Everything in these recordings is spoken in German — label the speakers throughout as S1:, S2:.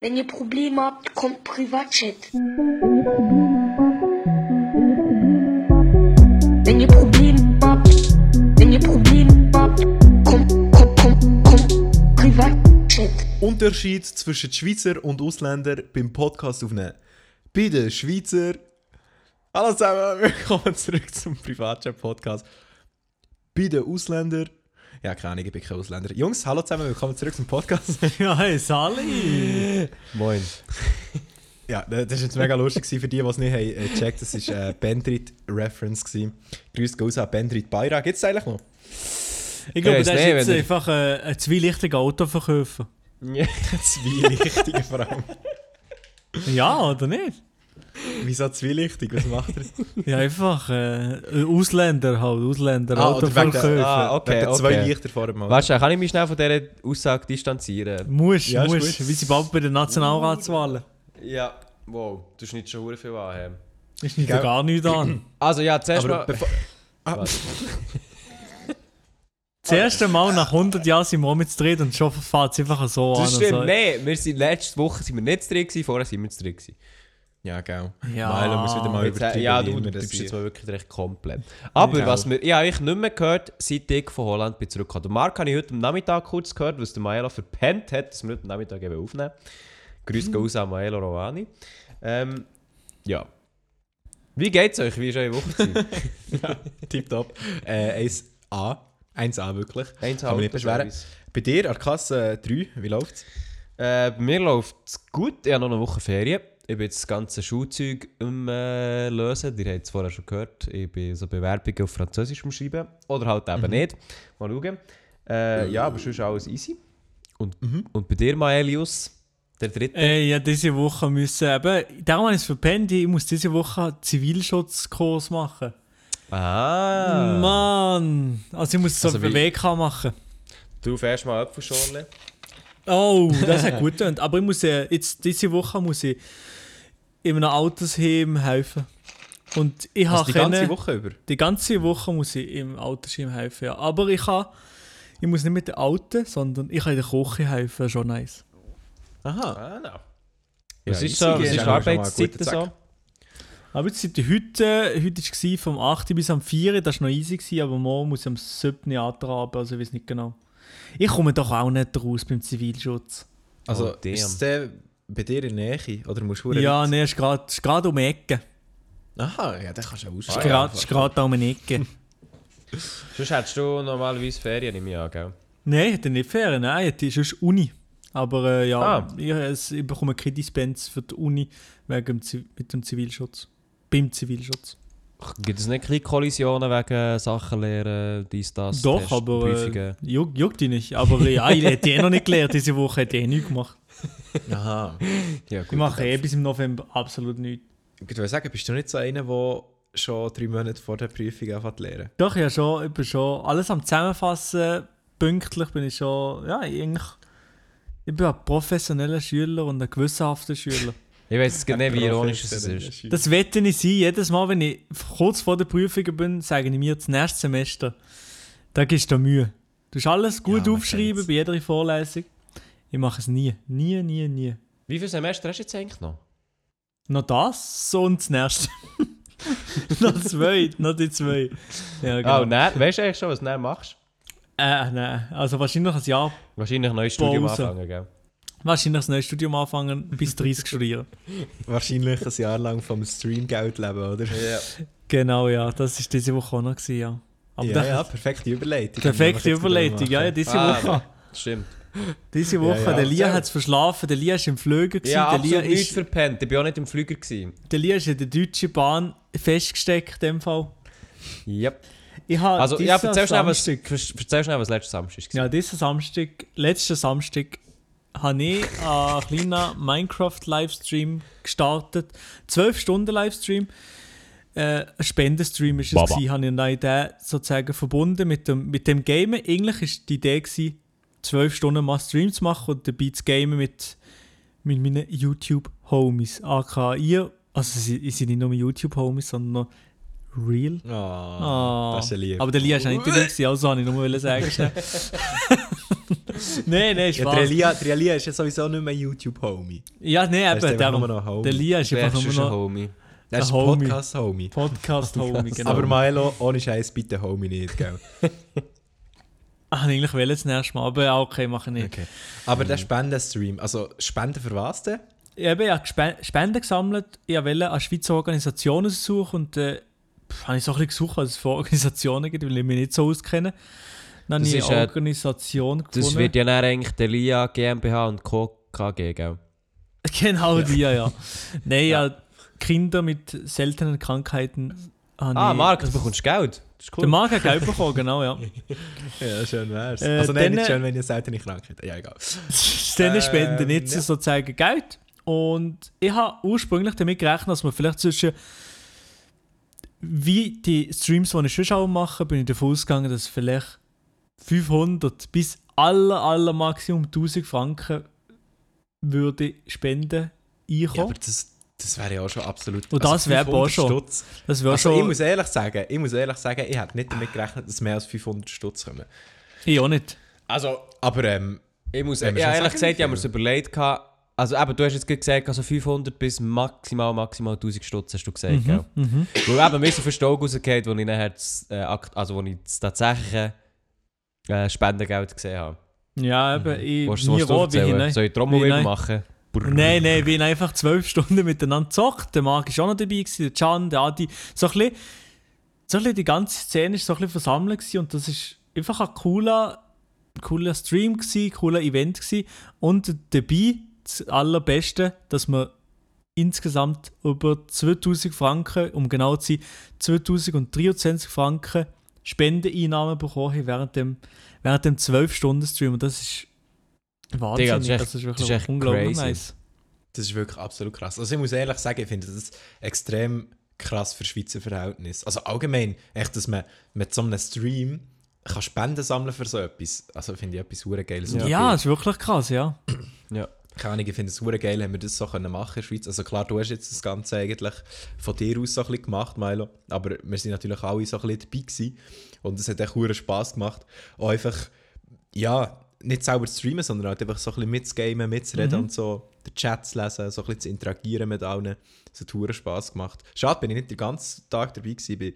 S1: Wenn ihr Probleme habt, kommt Privatchat. Wenn ihr Probleme habt, wenn ihr Probleme habt, kommt, kommt, kommt, kommt Privatchat.
S2: Unterschied zwischen den Schweizer und Ausländer beim Podcast aufnehmen. Bei den Schweizer. Hallo zusammen, willkommen zurück zum Privatchat Podcast. Bei den Ausländer. Ja, keine Ahnung, ich bin kein Ausländer. Jungs, hallo zusammen, willkommen zurück zum Podcast.
S3: Ja, hey, Sally!
S2: Moin. ja, das war jetzt mega lustig gewesen für die, die es nicht haben äh, gecheckt haben. Das war äh, Bendrit-Reference. gewesen. Grüß Gott an Bendrit Bayra. Gibt es eigentlich noch?
S3: Ich glaube,
S4: weiss
S3: das ist
S4: nicht,
S3: jetzt
S4: wenn er-
S3: einfach äh, ein zweilichtiger Autoverkäufer.
S2: Zwielichtige vor allem.
S3: Ja, oder nicht?
S2: Wieso zwielichtig? Was macht er?
S3: Ja, einfach äh, Ausländer halt, Ausländer,
S4: Ah,
S3: Autoverkäufer.
S2: ah,
S4: okay,
S2: okay, zwei
S4: okay.
S2: Lichter vor dem Auto.
S4: Weißt du, kann ich mich schnell von dieser Aussage distanzieren?
S3: Muss,
S2: Ja, ist
S3: muss,
S2: gut.
S3: wie sie bald bei den Nationalratswahlen.
S4: Ja, wow, du schneidest schon verdammt viel an.
S3: Ist nicht
S2: Gell?
S3: gar nichts an.
S4: Also ja, zuerst
S2: Aber
S4: mal...
S2: bevor,
S3: Das erste Mal nach 100 Jahren sind wir auch mit zu dritt und schon fährt es einfach so an.
S2: Oh,
S4: Das
S3: und
S4: stimmt,
S3: so.
S4: nein, wir sind letzte Woche sind wir nicht zu drin, gewesen, vorher sind wir zu drin. gewesen.
S2: ja, genau.
S3: Ja.
S2: Milo muss wieder mal
S4: Jetzt, äh,
S2: übertreiben.
S4: ja,
S2: wie
S4: du,
S2: Ah, immer
S4: du
S2: das
S4: bist
S2: hier.
S4: jetzt mal wirklich recht komplett. Aber
S2: Ja.
S4: was wir... Ich habe euch nicht mehr gehört, seit ich von Holland bin zurückgekommen. Den Marc habe ich heute am Nachmittag kurz gehört, was der Maelo verpennt hat, dass wir heute am Nachmittag eben aufnehmen. Grüß gehen raus an Maelo Romani. Ähm, ja. Wie geht's euch? Wie ist eure Woche? gewesen?
S2: Tipptopp. Äh, 1A. 1A wirklich.
S4: Eins
S2: Kann man nicht beschweren.
S4: Autoservice.
S2: Bei dir, an Kasse 3, eh, wie läuft's?
S4: Äh, bei mir läuft es gut. Ich habe noch eine Woche Ferien. Ich bin jetzt das ganze Schulzeug am äh, Lösen. Ihr habt es vorher schon gehört. Ich bin so Bewerbungen auf Französisch am Schreiben. Oder halt eben nicht. Mal schauen. Äh, Mhm. ja, aber sonst alles easy. Und, und bei dir, Maelius, der dritte.
S3: Äh, ja, diese Woche müssen eben, darum habe ich es verpennt, ich muss diese Woche Zivilschutzkurs machen.
S4: Ah!
S3: Mann! Also ich muss so
S4: Also
S3: einen
S4: wie-
S3: WK machen.
S4: Du fährst mal Apfelschorle.
S3: Oh, das hat gut getönt. Aber ich muss äh, jetzt diese Woche muss ich in einem Altersheim helfen. Und ich
S2: Also
S3: habe
S2: die ganze
S3: können-
S2: Woche über.
S3: die ganze Woche muss ich im Altersheim helfen, ja. Aber ich kann, ich muss nicht mit den Alten, sondern ich kann in der Küche helfen, schon nice.
S2: Aha.
S4: Ah, no.
S2: Ja,
S4: Was
S2: easy,
S4: ist, so, was
S2: ist
S4: ist
S2: ja schon mal ein
S4: Arbeitszeit
S2: guter
S4: so?
S2: Zack.
S3: Aber jetzt seit heute, heute war es vom 8. bis am 4. Das war noch easy, gewesen, aber morgen muss ich am 7. antraben, also ich weiß nicht genau. Ich komme doch auch nicht raus beim Zivilschutz.
S2: Also,
S4: Oh, damn.
S2: ist es der bei dir in der Nähe? Oder musst du
S3: Ja,
S2: weit-
S3: ne, ist gerade um die Ecke.
S2: Aha, Ah ja, den kannst du auch
S3: Ist
S2: ausschauen.
S3: gerade ist gerade um die Ecke.
S4: Sonst hättest du normalerweise Ferien im Jahr, gell?
S3: Nein, hat er nicht Ferien. Nein, das ist Uni. Aber äh, ja,
S4: Ah.
S3: ich, es- ich bekomme keine Dispens für die Uni wegen dem Ziv mit dem Zivilschutz. Beim Zivilschutz.
S4: Gibt es nicht kleine Kollisionen wegen Sachen lernen, dies, das,
S3: Doch,
S4: Tests,
S3: aber äh,
S4: Prüfungen?
S3: juckt, juckt die nicht. Aber äh, ja, ich hätte eh noch nicht gelernt. Diese Woche hätte ich eh nichts gemacht.
S2: Aha.
S4: Ja,
S3: Ich mache eh bis im November absolut nichts.
S2: Ich würde sagen, bist du nicht so einer, der schon drei Monate vor der Prüfung anfängt zu lernen?
S3: Doch, ja schon, ich bin schon alles am Zusammenfassen. Pünktlich bin ich schon, ja, eigentlich. Ich bin ein professioneller Schüler und ein gewissenhafter Schüler.
S4: Ich weiß jetzt gar nicht, wie ironisch es ist.
S3: Das wette ich sein. Jedes Mal, wenn ich f- kurz vor der Prüfung bin, sage ich mir, das nächste Semester, da gibst du dir Mühe. Du hast alles
S2: Ja,
S3: gut
S2: man
S3: aufschreiben
S2: kennt's.
S3: bei jeder Vorlesung. Ich mache es nie. Nie, nie, nie.
S4: Wie viel Semester hast du jetzt eigentlich noch?
S3: Noch das so und das nächste. noch zwei, noch die zwei. Ja, genau.
S4: Oh, nein. Weißt du eigentlich schon, was du dann machst?
S3: Äh, nein. Also wahrscheinlich ein Jahr,
S4: Wahrscheinlich ein neues Studium
S3: Pause.
S4: anfangen, gell?
S3: wahrscheinlich ein neues Studium anfangen, bis 30 studieren.
S2: Wahrscheinlich ein Jahr lang vom Streamgeld leben, oder?
S4: Ja.
S3: Genau, ja. Das war diese Woche auch noch, gewesen, ja. Aber
S2: ja,
S3: das-
S2: ja, perfekte Überleitung.
S3: perfekte
S2: Kann man jetzt
S3: Überleitung, ja, ja,
S2: machen.
S3: diese
S4: Ah,
S3: Woche.
S4: Stimmt.
S3: Diese Woche,
S2: Ja, ja.
S3: der Lia
S2: Erzähl.
S3: hat es verschlafen, der Lia war im Flüger, gewesen,
S4: Ja,
S3: der, Lia
S4: absolut nichts
S3: ist,
S4: verpennt. Ich war auch nicht im Flüger. Gewesen.
S3: der Lia ist in der deutschen Bahn festgesteckt in dem Fall.
S4: Yep.
S3: Ich habe
S4: Also, ja,
S3: diesen
S4: erzähl schnell, was,
S3: Samstag,
S4: vers- erzähl schnell, was letztes Samstag war.
S3: ja, diesen Genau, Samstag, letzten Samstag, habe ich einen kleinen Minecraft-Livestream gestartet. 12 Stunden Livestream. Äh, ein Spendenstream war es,
S4: Baba.
S3: gewesen, habe ich dann den sozusagen verbunden mit dem, mit dem Gamen. Eigentlich war die Idee, gewesen, 12 Stunden mal Stream zu machen und dabei zu gamen mit, mit meinen YouTube-Homies. AK ihr, also sie, sie sind nicht nur YouTube-Homies, sondern noch real
S2: Ah,
S3: Ah,
S2: das ist ja lieb.
S3: Aber der Lia war nicht dabei, gewesen, also wollte ich nur wollen sagen. schnell. Nein, nein,
S2: Ja,
S3: Spaß.
S2: Trelia, Trelia ist ja sowieso nicht mehr YouTube-Homie.
S3: Ja, nein,
S2: Er ist
S3: eben.
S2: einfach nur
S3: darum.
S2: noch Homie.
S3: Der Lia ist
S4: Wer
S3: einfach
S4: ist
S3: nur
S4: schon ein
S3: noch
S4: Homie?
S2: Er ist
S3: der Homie.
S2: Podcast-Homie.
S3: Podcast-Homie, genau.
S2: Aber Milo, ohne Scheiß, bitte Homie nicht, gell?
S3: Ah, eigentlich will ich es nächstes Mal, aber ja, okay, mache ich nicht.
S2: Okay. Mhm. Aber der Spendenstream, also Spenden für was denn?
S3: Ich habe ja Gespe- Spenden gesammelt, ich wollte an Schweizer Organisationen suchen und äh, pff, habe ich so ein bisschen gesucht, als es von Organisationen gibt, weil ich mich nicht so auskenne. Dann habe
S4: Das
S3: ich
S4: ist,
S3: eine
S4: äh,
S3: Organisation gefunden.
S4: Das wird ja dann eigentlich der LIA, GmbH und Co. KG, gell?
S3: Genau die, ja. ja. Nein, ja. Kinder mit seltenen Krankheiten habe
S4: Ah,
S3: ich-
S4: Marc, du bekommst Geld. Das ist
S3: Der
S4: cool.
S3: Marc hat Geld bekommen, genau, ja.
S2: Ja, schön wär's.
S3: Äh,
S2: also nein, nicht
S3: dann-
S2: schön, wenn ihr seltene Krankheit habt. Ja, egal.
S3: Dann spenden
S2: Ähm,
S3: jetzt
S2: ja.
S3: sozusagen Geld. Und ich habe ursprünglich damit gerechnet, dass man vielleicht zwischen wie die Streams, die ich schon mache, bin ich davon ausgegangen, dass vielleicht 500 bis aller, aller Maximum 1000 Franken würde spenden
S2: Ja,
S3: einkommen.
S2: aber das, das wäre ja auch schon absolut...
S3: Und das wäre
S2: 500
S3: auch schon.
S2: Stutz.
S3: das wäre
S2: also ich
S3: schon...
S2: muss ehrlich sagen, ich muss ehrlich sagen, ich hätte nicht damit gerechnet, dass mehr als 500 Stutz kommen.
S3: Ich auch nicht.
S2: Also, aber ähm,
S4: Ich muss
S2: Wenn wir
S4: ja,
S2: schon
S4: ehrlich
S2: sagen, wie
S4: gesagt, ich habe mir
S2: viel.
S4: es überlegt. gehabt. Also eben, du hast jetzt gerade gesagt, also 500 bis maximal, maximal 1000 Stutz hast du gesagt,
S2: Mhm,
S4: gell? Weil eben, mir ist auf den Stall rausgefallen, wo ich nachher das, äh, Akt- also wo ich das tatsächliche äh, Spendengeld gesehen habe.
S3: Ja, eben,
S2: Mhm.
S3: ich...
S4: Willst
S3: mir
S4: willst
S3: auch, wie ich
S4: erzählen?
S3: nicht-
S4: Soll ich Trommel
S3: Wie
S4: wieder
S3: nein.
S4: machen? Brrr.
S3: Nein, nein, wir haben einfach zwölf Stunden miteinander gezockt. Der Marc war auch noch dabei, gewesen, der Can, der Adi. So ein bisschen, so ein bisschen die ganze Szene war so ein bisschen versammelt gewesen und das ist einfach ein cooler, cooler Stream, gewesen, cooler Event. Gewesen. Und dabei, das Allerbeste, dass man insgesamt über 2000 Franken, um genau zu sein, 2023 Franken Spendeeinnahmen bekommen haben während dem, während dem 12-Stunden-Stream. Und das ist wahnsinnig.
S4: das ist echt-
S3: das ist wirklich
S4: das ist echt
S3: unglaublich
S4: crazy.
S3: nice.
S2: das ist wirklich absolut krass. Also ich muss ehrlich sagen, ich finde das extrem krass für Schweizer Verhältnis. Also allgemein, echt, dass man mit so einem Stream kann Spenden sammeln für so etwas. Also finde ich etwas hure geiles.
S3: Ja,
S2: Und
S3: ist wirklich krass, ja.
S4: Ja.
S2: keine Ahnung, ich finde es super geil, haben wir das so können machen in der Schweiz. Also klar, du hast jetzt das Ganze eigentlich von dir aus so ein bisschen gemacht, Milo, aber wir sind natürlich alle so ein bisschen dabei gewesen. und es hat echt huere Spass gemacht, auch einfach, ja, nicht selber zu streamen, sondern halt einfach so ein bisschen mitzugamen, mitzureden und so den Chat zu lesen, so ein bisschen zu interagieren mit allen. Es hat huere Spass gemacht. Schade, bin ich nicht den ganzen Tag dabei gewesen, bin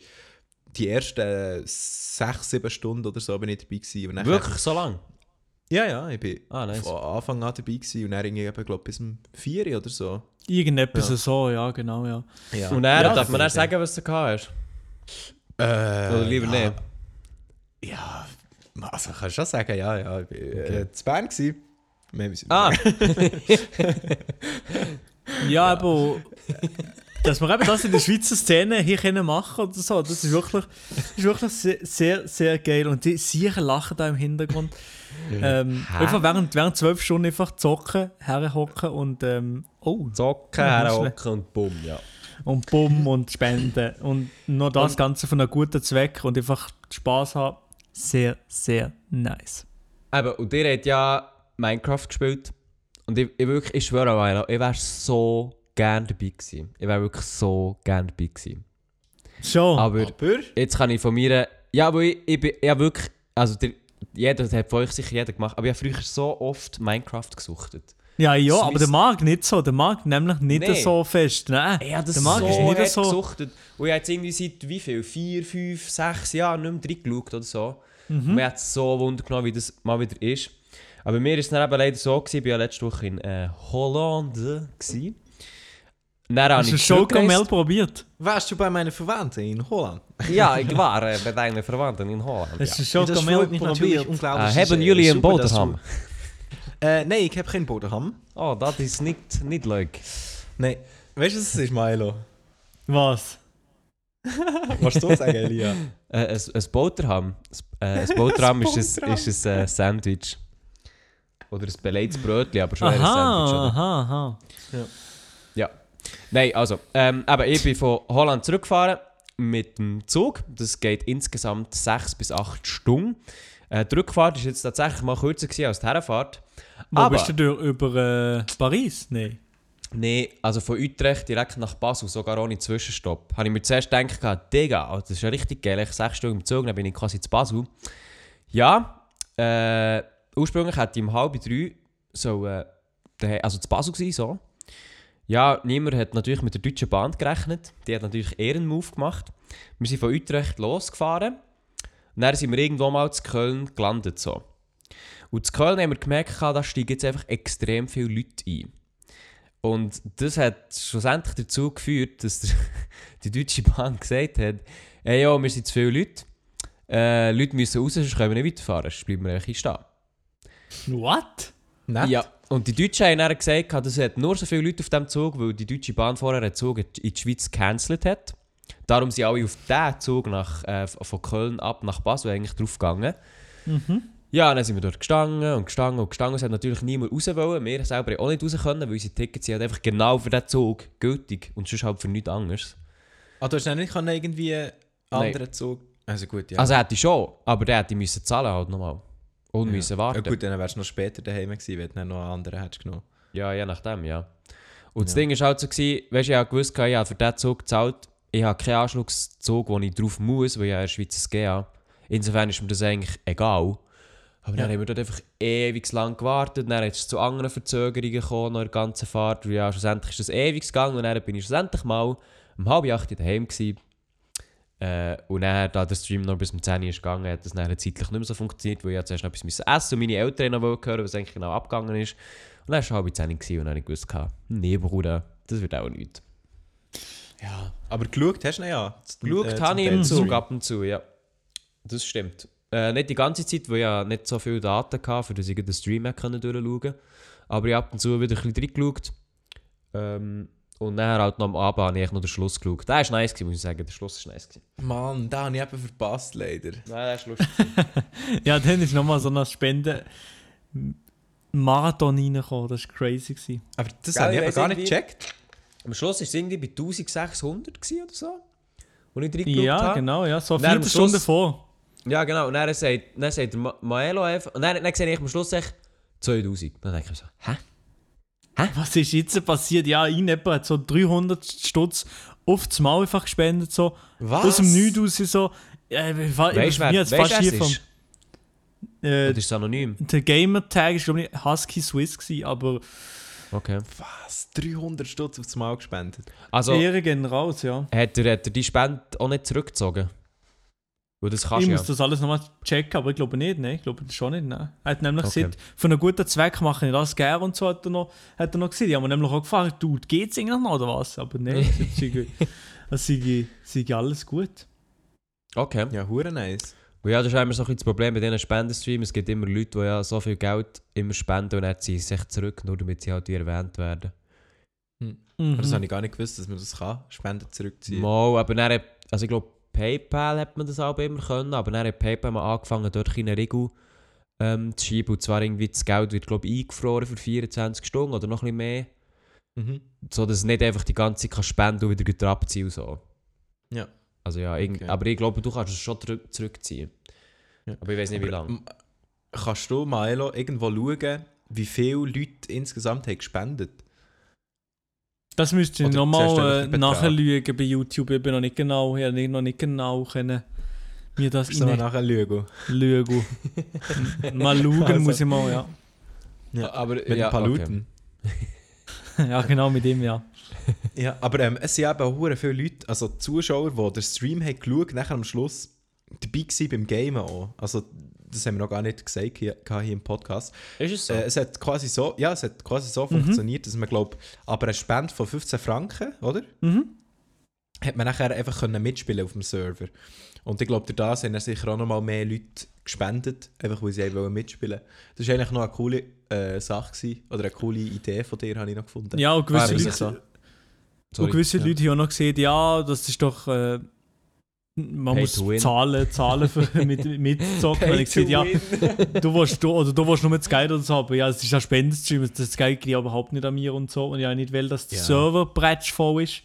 S2: die ersten äh, sechs, sieben Stunden oder so bin ich dabei gewesen. Und nachher-
S4: Wirklich so lang?
S2: ja, ja, ich bin
S4: Ah, nice.
S2: von Anfang an dabei gewesen und dann irgendwie, eben, glaub, bis um 4 Uhr oder so.
S3: Irgendetwas so, ja, genau, ja.
S2: Ja.
S4: Und dann
S2: Ja,
S4: darf man dann
S2: das ist-
S4: sagen, was du gehabt hast.
S2: Äh,
S4: Oder lieber
S2: ja,
S4: nicht.
S2: Ja, also kannst du schon sagen, ja, ja. Ich war äh, zu Bern. Gewesen. Wir müssen-
S4: Ah,
S3: Ja, aber äh, dass wir eben das in der Schweizer Szene hier können machen oder so, das ist wirklich, ist wirklich sehr, sehr, sehr geil. Und die sicher lachen da im Hintergrund. ähm, einfach während, während zwölf Stunden einfach zocken, herhocken und ähm, oh,
S4: zocken, herhocken und bumm, ja.
S3: und bumm und spenden. Und noch das Ganze von einem guten Zweck und einfach Spaß haben. Sehr, sehr nice.
S4: Eben, und ihr habt ja Minecraft gespielt. Und ich, ich wirklich, ich schwöre an ich wäre so gern dabei gewesen. Ich wäre wirklich so gern dabei gewesen.
S3: Schon.
S4: Aber
S2: Aber
S4: jetzt kann ich von mir... Ja, aber ich, ich bin ja wirklich... Also der, jeder, das hat von euch sicher jeder gemacht, aber ich habe früher so oft Minecraft gesuchtet.
S3: Ja, ja,
S4: Swiss-
S3: aber der Markt nicht so. Der Markt nämlich nicht
S4: Nee.
S3: so fest. Nein,
S4: Ich habe das
S3: der Markt
S4: so
S3: ist
S4: hart
S3: nicht so.
S4: gesuchtet. Und ich habe jetzt irgendwie seit wie viel? Vier, fünf, sechs Jahren nicht mehr reingeschaut oder so. Und mir hat es so Wunder genommen, wie das mal wieder ist. Aber bei mir ist es dann eben leider so, gewesen, ich war ja letzte Woche in äh, Hollande. Gewesen. Dann habe
S3: Hast du
S4: ich
S3: schon
S4: zurückgereist.
S3: Mel probiert?
S2: warst du bei meinen Verwandten in Holland?
S4: Ja, ich war äh, bei deinen Verwandten in Holland. Ja.
S3: Hast du schon
S2: das
S3: Mel
S2: freut mich natürlich
S3: probiert?
S2: unglaublich.
S4: Äh,
S2: Es ist,
S4: haben
S2: äh,
S4: Juli einen
S2: super, dass du-
S4: Bodenham?
S2: Äh, nein, ich habe keinen Bodenham.
S4: Oh, das ist nicht, nicht leuk.
S2: Nein. Weißt du, was es ist, Milo?
S3: Was?
S2: Kannst du sagen, Elia?
S4: Äh, ein, ein Boterham. Ein, äh, ein Boterham ist ein,
S2: Boterham.
S4: ist ein äh, Sandwich. Oder ein belegtes Brötchen, aber schon eher ein Sandwich.
S3: Aha,
S4: Oder?
S3: aha, aha.
S4: Ja. Nein, also, ähm, aber ich bin von Holland zurückgefahren mit dem Zug. Das geht insgesamt 6 bis 8 Stunden. Äh, die Rückfahrt war jetzt tatsächlich mal kürzer gewesen als die Herfahrt.
S3: Wo bist du durch? Über äh, Paris? Nein.
S4: Nein, also von Utrecht direkt nach Basel, sogar ohne Zwischenstopp. Habe ich mir zuerst gedacht, gehabt, Digga, oh, das ist ja richtig geil, ich sechs Stunden im Zug, dann bin ich quasi zu Basel. Ja, äh, ursprünglich hätte ich um halb drei so, äh, daheim- also zu Basel gewesen, so. Ja, niemand hat natürlich mit der Deutschen Bahn gerechnet. Die hat natürlich eher einen Move gemacht. Wir sind von Utrecht losgefahren. Und dann sind wir irgendwo mal zu Köln gelandet. So. Und zu Köln haben wir gemerkt, ah, da steigen jetzt einfach extrem viele Leute ein. Und das hat schlussendlich dazu geführt, dass der, die Deutsche Bahn gesagt hat, hey, ja, wir sind zu viele Leute. Äh, Leute müssen raus, sonst können wir nicht weiterfahren, sonst bleiben wir einfach hier stehen.
S3: What?
S2: Nett.
S4: Ja, und die Deutschen haben dann gesagt, gehabt, es hat nur so viele Leute auf dem Zug, weil die Deutsche Bahn vorher einen Zug in die Schweiz gecancelt hat. Darum sind alle auf diesen Zug nach, äh, von Köln ab nach Basel eigentlich draufgegangen.
S2: Mhm.
S4: Ja, dann sind wir dort gestanden und gestanden und gestanden. Es hat natürlich niemand raus wollen. Wir selber haben auch nicht raus können, weil unsere Tickets sind halt einfach genau für diesen Zug gültig und sonst halt für nichts anderes.
S2: Ah, du hast
S4: nou
S2: dann nicht können irgendwie einen anderen Zug.
S4: Ah,
S2: Also gut, ja.
S4: Also hätte ich schon, aber der hätte ich müssen zahlen halt nochmal. Und
S2: ja.
S4: müssen warten.
S2: Ja, gut, dann wärst du noch später daheim gewesen, wenn du dann noch einen anderen hättest genommen.
S4: Ja, je nachdem, ja. Und das Ding war halt so, gewesen, weißt du, ich habe gewusst, ich habe für diesen Zug gezahlt. Ich habe keinen Anschlugszug, wo ich drauf muss, weil ich ja in der Schweiz ein G habe. Insofern ist mir das eigentlich egal. Aber dann haben wir dort einfach ewig lang gewartet. Dann ist es zu anderen Verzögerungen gekommen nach der ganzen Fahrt. Und ja, schlussendlich ist das ewig gegangen. Und dann bin ich schlussendlich mal um halb acht Uhr daheim gewesen. Äh, und dann, da der Stream noch bis um 10 Uhr ist gegangen, hat das dann zeitlich nicht mehr so funktioniert, weil ich ja zuerst noch etwas müssen essen und meine Eltern noch hören wollten, was eigentlich genau abgegangen ist. Und dann war es halb zehn gewesen und dann habe ich gewusst, gehabt, nee, Bruder, das wird auch nichts.
S2: Ja. Aber geschaut hast du ihn ja. Zum-
S4: Geschaut
S2: äh,
S4: habe
S2: zum
S4: ich im
S2: Teil.
S4: Zug ab und zu, ja. Das stimmt. Äh, nicht die ganze Zeit, weil ich ja nicht so viele Daten hatte, für das ich den Stream auch können durchschauen konnte. Aber ich habe ab und zu wieder ein bisschen reingeschaut. Ähm, und dann halt noch am Abend habe ich eigentlich noch den Schluss geschaut. Der war nice, gewesen, muss ich sagen. Der Schluss war nice. Gewesen.
S2: Mann, da habe ich eben verpasst, leider.
S4: Nein, der ist lustig.
S3: Ja, dann ist nochmal so ein Spenden-Marathon reingekommen. Das war crazy. Gewesen.
S2: Aber das
S4: Gell,
S2: habe ich
S4: ich
S2: eben
S4: weiss
S2: gar nicht
S4: irgendwie-
S2: gecheckt.
S4: Am Schluss war es irgendwie bei 1600 gewesen oder so. Und ich reingeschaut
S3: Ja,
S4: habe.
S3: genau. Ja, so
S4: Dann am
S3: vier Stunden
S4: Schluss-
S3: vor.
S4: Ja, genau. Und dann sagt, dann sagt der Ma Maelo einfach. Und dann, dann sehe ich am Schluss echt 2000. Dann denke ich so, hä?
S3: Was ist jetzt passiert? Ja, ihn etwa hat so 300 Stutz auf das Mal einfach gespendet. So.
S2: Was?
S3: Aus dem Nichts raus. So. Äh, weißt,
S4: Weißt du, wer
S3: mir hat's
S4: weißt,
S3: fast
S4: wer es
S3: hier
S4: ist?
S3: vom. Äh,
S4: Das ist anonym.
S3: der Gamer-Tag war, glaube ich, Husky Swiss, gewesen, aber
S4: Okay.
S2: Was? 300 Stutz aufs Mal gespendet.
S4: Also,
S3: Ehre gehen raus, ja.
S4: hat, er, hat er die Spende auch nicht zurückgezogen? Weil das kannst
S3: ich
S4: du ja.
S3: muss das alles nochmal checken, aber ich glaube nicht, ne? Ich glaube das schon nicht, ne? Er hat nämlich
S4: Okay.
S3: gesagt, für einen guten Zweck mache ich das gerne und so, hat er noch, hat er noch gesagt. Ich habe mir nämlich auch gefragt, du, geht's eigentlich noch oder was? Aber nein, es sei- es sei, sei alles gut.
S4: Okay.
S2: Ja, hure nice.
S4: Weil ja, das ist auch immer so ein bisschen das Problem bei diesen Spendenstreams. Es gibt immer Leute, die ja so viel Geld immer spenden und dann ziehen sie sich zurück, nur damit sie halt wie erwähnt werden.
S3: Mhm.
S2: Aber das habe ich gar nicht gewusst, dass man das kann. Spenden zurückziehen.
S4: Mal, aber dann, hat- also ich glaube, PayPal hat man das auch immer können, aber dann hat PayPal mal angefangen, dort kleine Regel ähm, zu schreiben. Und zwar irgendwie das Geld wird, glaube ich, eingefroren für 24 Stunden oder noch ein bisschen mehr.
S2: Mhm.
S4: So, dass es nicht einfach die ganze Zeit kann spenden und wieder wieder abziehen und so.
S2: Ja.
S4: Also ja, irgend,
S2: Okay.
S4: aber ich glaube, du kannst es schon zurück, zurückziehen.
S2: Ja.
S4: Aber ich weiß nicht, wie
S2: Aber,
S3: ähm,
S4: lange.
S2: m- Kannst du, Maelo, irgendwo schauen, wie viele Leute insgesamt haben gespendet?
S3: Das müsste ich
S2: Oder siehst du
S3: nochmal äh,
S2: einfach den Betrag?
S3: nachschauen bei YouTube. Ich bin noch nicht genau, ich habe nicht- noch nicht genau können, mir das
S2: Kannst du mal nachher schauen?
S3: reinschauen. mal schauen
S2: Also-
S3: muss ich mal, ja.
S2: Ja,
S4: aber
S2: Mit ein paar
S4: okay.
S2: Leuten.
S3: ja, genau mit ihm, ja.
S2: Ja, aber ähm, es sind eben auch hure viele Leute, also die Zuschauer, die den Stream haben geschaut, nachher am Schluss dabei waren beim Gamen auch. Also, das haben wir noch gar nicht gesagt hier, gehabt hier im Podcast.
S4: Ist es so?
S2: Äh, es hat quasi so, ja, es hat quasi so funktioniert, dass man, glaube aber eine Spende von 15 Franken, oder?
S3: Mhm.
S2: Hat man nachher einfach können mitspielen auf dem Server. Und ich glaube, durch das haben dann sicher auch nochmal mehr Leute gespendet, einfach weil sie eben wollen mitspielen Das war eigentlich noch eine coole äh, Sache gewesen, oder eine coole Idee von dir, habe ich noch gefunden.
S3: Ja, und
S2: Ah,
S3: gewisse
S2: das
S3: Leute...
S2: ist so.
S4: Sorry.
S3: Und gewisse
S2: ja.
S3: Leute haben auch noch gesehen, ja, das ist doch. Äh, man
S4: Pay
S3: muss
S4: to win.
S3: zahlen, zahlen für, mit, mitzocken. Pay ich gesagt, ja, du willst, du, oder du willst nur das Geld und so, aber ja, es ist ein Spendenstream, das Geld kriege ich überhaupt nicht an mir und so. Und ja, nicht, weil das der
S2: Ja.
S3: Server bretsch voll ist,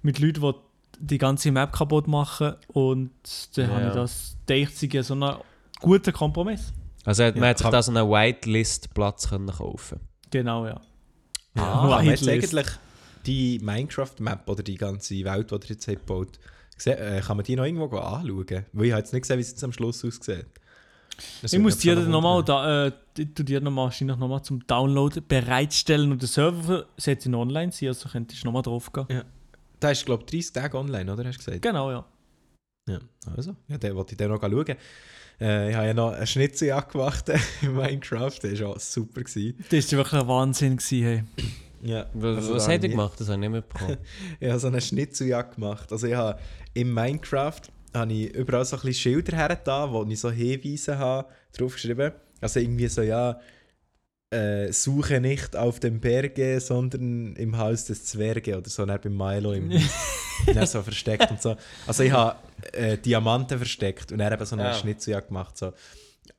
S3: mit Leuten, die die ganze Map kaputt machen. Und dann
S4: Ja.
S3: habe ich das, der einzige, so einen guten Kompromiss.
S4: Also hat, man
S2: Ja,
S4: hat sich
S2: kann-
S4: da so einen Whitelist-Platz können kaufen
S3: Genau, ja.
S2: Ah,
S3: Ah,
S2: aber jetzt
S3: Hitlist.
S2: eigentlich die Minecraft-Map oder die ganze Welt, die ihr jetzt habt gebaut, gese- äh, kann man die noch irgendwo go anschauen? Weil ich habe jetzt nicht gesehen, wie es jetzt am Schluss aussieht. Das
S3: Ich
S2: wird
S3: muss
S2: nicht
S3: dir
S2: so
S3: dann nochmal, da, äh, ich tu dir nochmal wahrscheinlich nochmal zum Download bereitstellen und der Server sollte noch online sein, also könntest du nochmal drauf gehen.
S2: Der ist, glaube ich, 30 Tage online, oder? Hast du gesagt?
S3: Genau, ja.
S2: Ja, also. Ja, den wollte ich dann noch schauen. Äh, ich habe ja noch eine Schnitzeljagd gemacht in Minecraft. Das war auch super. Gewesen.
S3: Das war wirklich ein Wahnsinn, gewesen, hey.
S2: Ja,
S4: Was,
S2: also
S4: was
S2: da
S4: hat
S2: habe
S4: er
S2: ich-
S4: gemacht? Das habe ich nicht mitbekommen.
S2: Ich habe so eine Schnitzeljagd gemacht. Also ich habe in Minecraft habe ich überall so ein bisschen Schilder hergetan, wo ich so Hinweise habe, draufgeschrieben. Also irgendwie so, ja, äh, suche nicht auf dem Berge, sondern im Haus des Zwerge oder so, dann beim Milo im dann so versteckt und so. Also ich habe äh, Diamanten versteckt und er eben so eine
S4: Ah.
S2: Schnitzeljagd gemacht. So.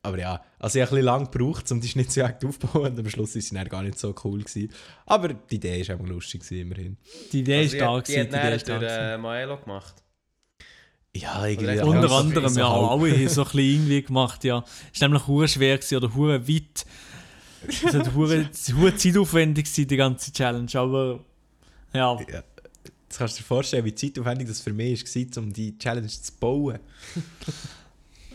S2: Aber ja, also ich habe ein bisschen lange gebraucht, um die Schnitzeljagd aufzubauen und am Schluss ist sie dann gar nicht so cool gewesen. Aber die Idee war auch lustig, gewesen, immerhin.
S3: Die
S2: Also
S3: Idee ist da, gewesen, die Idee ist da. gewesen.
S4: äh, Maelo gemacht.
S2: Ja, irgendwie.
S4: Oder
S2: äh, ja,
S3: Unter
S2: so-
S3: anderem,
S2: so
S3: ja,
S2: halb.
S3: alle haben so ein bisschen irgendwie gemacht, ja. Es war nämlich hure schwer gewesen, oder hure weit. Es hat hure hure zeitaufwendig gewesen, die ganze Challenge, aber ja.
S2: Jetzt kannst du dir vorstellen, wie zeitaufwendig das für mich war, um die Challenge zu bauen.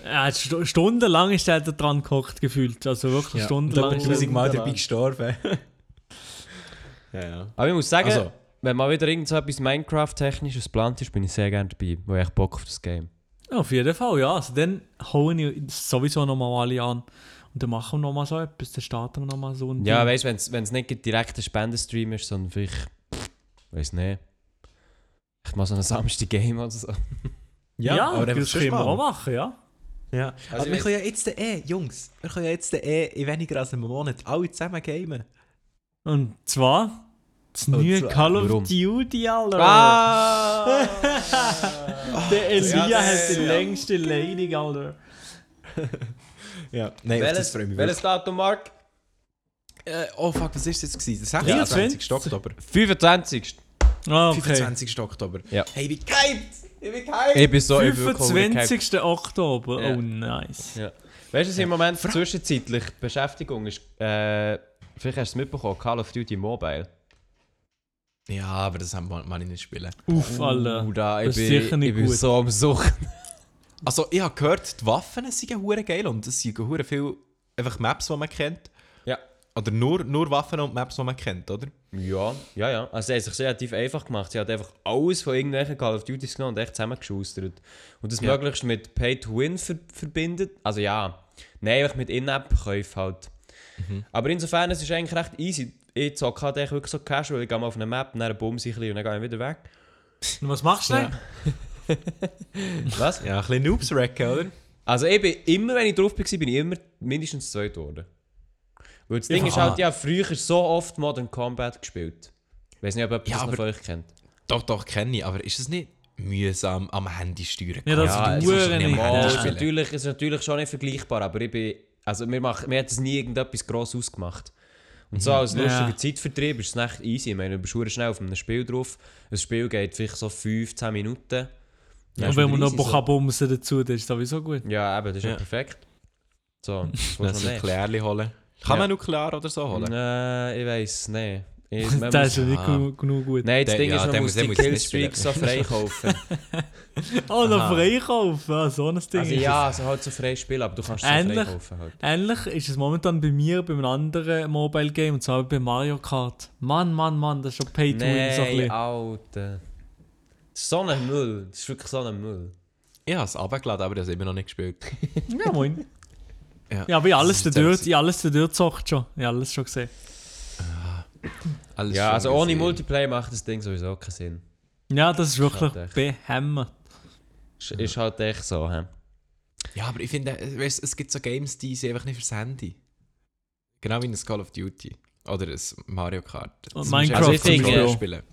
S3: ja st stundenlang ist er dran gekocht gefühlt, also wirklich stundenlang.
S2: Ich bin tausendmal dabei
S3: Stundenlang.
S2: gestorben. ja, ja.
S4: Aber ich muss sagen,
S2: Also.
S4: wenn mal wieder irgend so etwas Minecraft-technisches geplant ist, bin ich sehr gerne dabei, weil ich echt Bock auf das Game.
S3: Ja, auf jeden Fall, ja. Also dann hauen ich sowieso nochmal alle an. Und dann machen wir nochmal so etwas, dann starten wir nochmal so. ein
S4: Ja,
S3: Ding.
S4: weißt du, wenn es nicht direkt ein Spendenstream ist, sondern vielleicht. Weiß nicht. Ich mal so einen Samstag-Game oder so.
S3: ja, aber
S2: einfach
S3: das
S2: schon
S3: können wir
S2: mal.
S3: auch machen, ja.
S2: Ja. Aber
S4: ich
S2: wir
S4: weiss-
S2: können ja jetzt eh, Jungs, wir können ja jetzt eh in weniger als einem Monat alle zusammen gamen.
S3: Und zwar das
S2: Und
S3: neue
S2: zwar-
S3: Call of
S4: Warum?
S3: Duty, Alter.
S4: Ah!
S3: Der Elia
S4: Ja,
S3: hat die
S4: ja.
S3: längste Leitung, Alter.
S2: Ja, nein, auf das freue ich mich
S4: welches Datum, Mark?
S2: wirklich. Äh, oh fuck, was ist das gewesen? Der
S3: 23.
S2: 26. Oktober.
S4: 25.
S3: Ah, okay.
S2: 25. Oktober.
S4: Ja.
S2: Hey, wie gehypt! Ich bin gehypt!
S4: Ich bin so ich bin wirklich gehypt.
S3: 25. Oktober.
S4: Ja.
S3: Oh, nice.
S4: Ja. Weißt du, was im Moment zwischenzeitlich Beschäftigung ist? Äh, vielleicht hast du es mitbekommen, Call of Duty Mobile.
S2: Ja, aber das haben wir mal nicht spielen.
S3: Uff, Alter.
S4: Uh, da, ich
S3: das ist
S4: bin,
S3: sicher nicht
S4: ich bin
S3: gut.
S4: so am Suchen.
S2: Also, ich habe gehört, die Waffen sind hure geil und es sind hure viele einfach Maps, die man kennt.
S4: Ja.
S2: Oder nur, nur Waffen und Maps, die man kennt, oder?
S4: Ja, ja, ja. Also, sie hat sich relativ einfach gemacht. Sie hat einfach alles von irgendwelchen Call of Duties genommen und echt zusammengeschustert. Und das
S2: Ja.
S4: möglichst mit Pay to Win ver verbindet. Also, ja. Nein, einfach mit In-App-Käufen halt.
S2: Mhm.
S4: Aber insofern, es ist eigentlich recht easy. Ich zocke halt echt wirklich so casual. Ich gehe mal auf eine Map, dann bumse ich ein bisschen und dann gehe ich wieder weg.
S3: Und was machst du denn?
S4: Was?
S2: Ja, ein bisschen Noobs-Racken, oder?
S4: Also ich bin immer, wenn ich drauf war, bin ich immer mindestens zweit geworden. Weil das Ding
S2: Ja.
S4: ist halt, ja, früher so oft Modern Combat gespielt. Ich weiß nicht, ob jemand
S2: Ja,
S4: das noch
S2: aber-
S4: von euch kennt.
S2: Doch, doch, kenne ich, aber ist es nicht mühsam am Handy steuern?
S3: Ja, das
S4: Ja,
S3: ist
S4: es
S3: die
S4: ist,
S3: Uhren
S2: nicht
S3: nicht.
S2: mal-
S4: ja,
S2: Ja.
S4: es ist, natürlich, es ist natürlich schon nicht vergleichbar, aber ich bin, also mir, macht, mir hat es nie dus irgendetwas gross ausgemacht. Und so als lustiger
S3: Ja.
S4: Zeitvertrieb ist es echt easy. Ich meine, du bist verdammt schnell auf einem Spiel drauf. Ein Spiel geht vielleicht so 5, 10 Minuten. Dann
S3: Und
S4: ist
S3: wenn
S4: wieder
S3: man noch
S4: easy so.
S3: so. bumsen dazu, dann ist sowieso gut.
S4: Ja, eben, das ist ja,
S2: Ja.
S4: perfekt. So, das
S2: Dann so
S4: willst du noch mehr?
S2: Klärli holen. Kann
S4: Ja.
S2: man Nuklear oder so holen?
S4: Nein, ich weiß nicht. Ich, man
S3: Das ist
S4: muss-
S3: ja nicht genug, genug gut.
S4: Nein, das
S2: Der-
S4: Ding
S2: ja,
S4: ist, man
S2: der
S4: muss
S2: muss- der
S4: die
S2: muss nicht
S4: Killstreaks so freikaufen.
S3: Oh, noch
S2: Aha.
S3: freikaufen. Ah, so ein Ding.
S4: also
S3: ist es.
S4: ja, also halt so frei spielen, aber du kannst es so
S3: Ähnlich.
S4: freikaufen halt.
S3: Ähnlich ist es momentan bei mir bei einem anderen Mobile Game, und zwar bei Mario Kart. Mann, Mann, Mann, das ist schon Pay to Win so ein
S4: Nein,
S3: bisschen.
S4: Alter. Das ist so ein Müll. Das ist wirklich so ein Müll.
S2: Ich habe es abgeladen, aber das immer noch nicht gespielt.
S3: Ja, moin.
S2: Ja.
S3: Ja, aber ich alles
S2: Das ist
S3: dadurch,
S2: sehr-
S3: ich alles dadurch zockt schon. Ich habe alles schon gesehen.
S2: Alles
S4: Ja,
S2: schon
S4: also ohne
S2: gesehen.
S4: Multiplayer macht das Ding sowieso keinen Sinn.
S3: Ja, das ist wirklich
S4: Schade.
S3: behämmert.
S4: Ist, ist halt echt so, hä?
S2: Ja, aber ich finde, äh, weißt, es gibt so Games, die sind einfach nicht fürs Handy. Genau wie ein Call of Duty. Oder ein Mario Kart. Das
S3: Und
S2: musst du
S3: Minecraft
S2: einfach mit
S4: zum
S2: Controller
S4: Beispiel.
S2: spielen.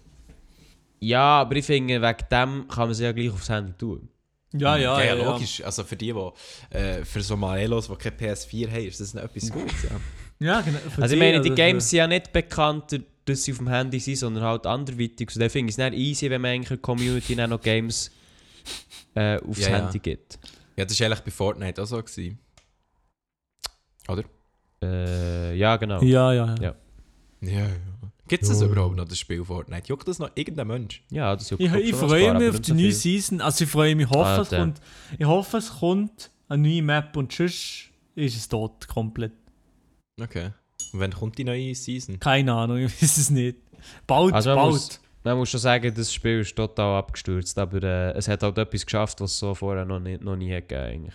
S4: Ja, aber ich finde, wegen dem kann man es ja gleich aufs Handy tun.
S3: Ja, ja,
S2: ja,
S3: ja.
S2: ja,
S3: ja.
S2: logisch. Also für die, die äh, für so Maelos, die keine PS4 haben, ist das nicht
S3: Mhm.
S2: etwas Gutes. Ja.
S3: Ja, genau. Für
S4: Also ich meine,
S3: also
S4: die
S3: für-
S4: Games sind ja nicht bekannt, dass sie auf dem Handy sind, sondern halt anderweitig. So, da finde ich es nicht easy, wenn man eigentlich der Community dann noch Games äh, aufs
S2: Ja, ja.
S4: Handy gibt.
S2: ja, das war eigentlich bei Fortnite auch so. Gewesen.
S4: Äh, ja, genau.
S3: Ja,
S4: Ja.
S3: ja, ja.
S4: Ja.
S2: Ja, ja. Gibt es das überhaupt noch, das Spiel Fortnite? Juckt das noch irgendein Mensch?
S4: das ist ja
S3: Ich,
S4: glaub
S3: ich
S4: schon ein
S3: freue
S4: paar,
S3: mich
S4: aber
S3: auf
S4: nicht
S3: die
S4: so
S3: neue
S4: viel.
S3: Season. Also ich freue mich, ich hoffe, es
S4: Alter.
S3: kommt, ich hoffe, es kommt eine neue Map und sonst ist es tot komplett.
S2: Okay. Und wann kommt die neue Season?
S3: Keine Ahnung, ich weiß es nicht. Bald,
S4: Also man
S3: bald.
S4: muss- Man muss schon sagen, das Spiel ist total abgestürzt, aber äh, es hat halt etwas geschafft, was es so vorher noch, nie- noch nie gegeben eigentlich.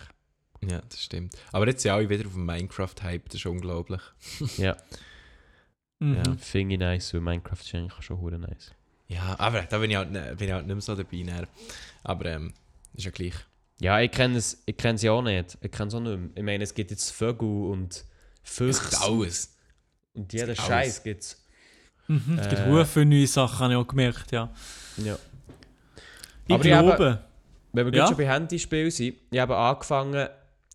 S2: Ja, das stimmt. Aber jetzt sind alle wieder auf dem Minecraft-Hype, das ist unglaublich.
S3: Mhm.
S4: Ja, finde ich nice, weil Minecraft ist eigentlich schon hure nice.
S2: Ja, ah, aber da bin ich halt, ne- bin ich halt nicht mehr so dabei. Näher. Aber ähm, ist ja gleich.
S4: Ja, ich kenne es, ich kenne es ja auch nicht. Ich kenne es auch nicht mehr. Ich meine, es gibt jetzt Vögel und
S2: Echt
S4: Füchse
S2: alles.
S4: und jeder
S2: gibt
S4: Scheiß
S2: alles.
S4: gibt es.
S3: Mhm. Es gibt
S4: Äh.
S3: äh, viele neue Sachen, habe ich auch gemerkt, ja.
S4: Ja.
S3: Ich
S4: Aber ich
S3: glaube,
S4: Wenn wir
S3: Ja?
S4: gerade schon bei Handyspielen sind, ich habe angefangen,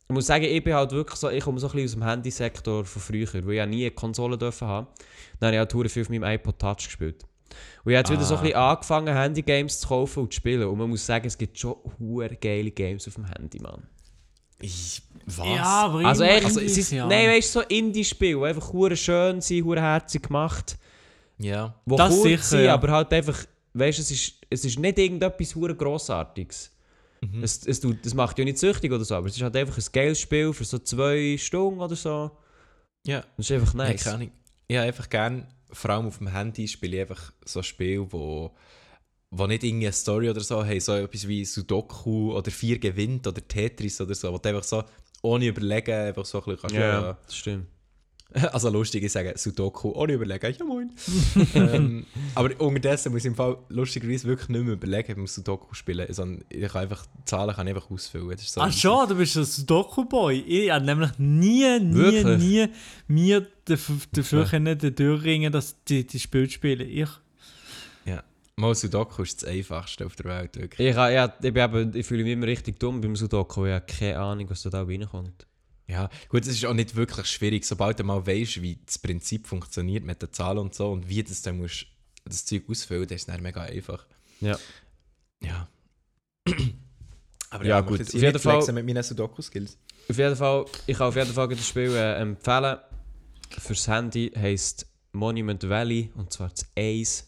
S4: ich muss sagen, ich bin halt E wirklich so, ich komme so ein bisschen aus dem Handysektor von früher, weil ich ja nie eine Konsole dürfen haben. Dann habe ich halt hure viel auf meinem iPod Touch gespielt. Und ich habe jetzt wieder so
S3: Ah.
S4: ein bisschen angefangen, Handygames zu kaufen und zu spielen. Und man muss sagen, es gibt schon hure geile Games auf dem Handy, Mann.
S2: Ich, was?
S3: ja, aber
S4: Also echt,
S3: irgendwie-
S4: es ist,
S3: ja.
S4: nein, weißt du, so Indie-Spiele, die einfach hure schön sind, hure herzig gemacht.
S2: Ja.
S4: Wo
S3: Das
S4: kurz
S3: sicher,
S4: sind,
S3: ja.
S4: aber halt einfach, weißt du, es ist, es ist nicht irgendetwas hure Grossartiges. Es, es, tut, es macht ja nicht süchtig oder so, aber es ist halt einfach ein geiles Spiel für so zwei Stunden oder so.
S2: Ja.
S4: Das ist einfach
S2: Nice.
S4: nice.
S2: keine Ahnung. Ich habe einfach gerne, vor allem auf dem Handy, spiele ich einfach so Spiele, wo, wo nicht irgendeine Story oder so haben, so etwas wie Sudoku oder Vier gewinnt oder Tetris oder so, wo du einfach so ohne überlegen einfach so ein bisschen kannst.
S4: ja, das
S2: ja.
S4: stimmt.
S2: Also lustig, ich sage Sudoku ohne überlegen, ja moin. ähm, aber unterdessen muss ich im Fall lustigerweise wirklich nicht mehr überlegen beim Sudoku spielen, sondern ich kann einfach Zahlen kann ich einfach ausfüllen. Das ist so
S3: Ah schon, du bist ein Sudoku-Boy. Ich habe nämlich nie, nie,
S4: Wirklich?
S3: nie mir dafür, dafür können den durchringen, dass die, die Spiele spielen. Ich,
S2: Ja. Mal Sudoku ist das einfachste auf der Welt, wirklich.
S4: Ich, ha- ja, ich, bin eben, ich fühle mich immer richtig dumm beim Sudoku. Ich habe keine Ahnung, was da da reinkommt.
S2: Ja, gut, es ist auch nicht wirklich schwierig, sobald du mal weißt, wie das Prinzip funktioniert mit den Zahlen und so und wie das dann musst, das Zeug ausfüllen, das ist dann mega einfach.
S4: Ja.
S2: Ja. Aber
S4: Ja,
S2: ich möchte
S4: gut,
S2: jetzt
S4: auf
S2: hier
S4: jeden
S2: nicht
S4: Fall-
S2: flexen mit meinen Sudoku-Skills.
S4: Auf jeden Fall, ich kann auf jeden Fall das Spiel äh, empfehlen. Fürs Handy heisst Monument Valley und zwar das Ace.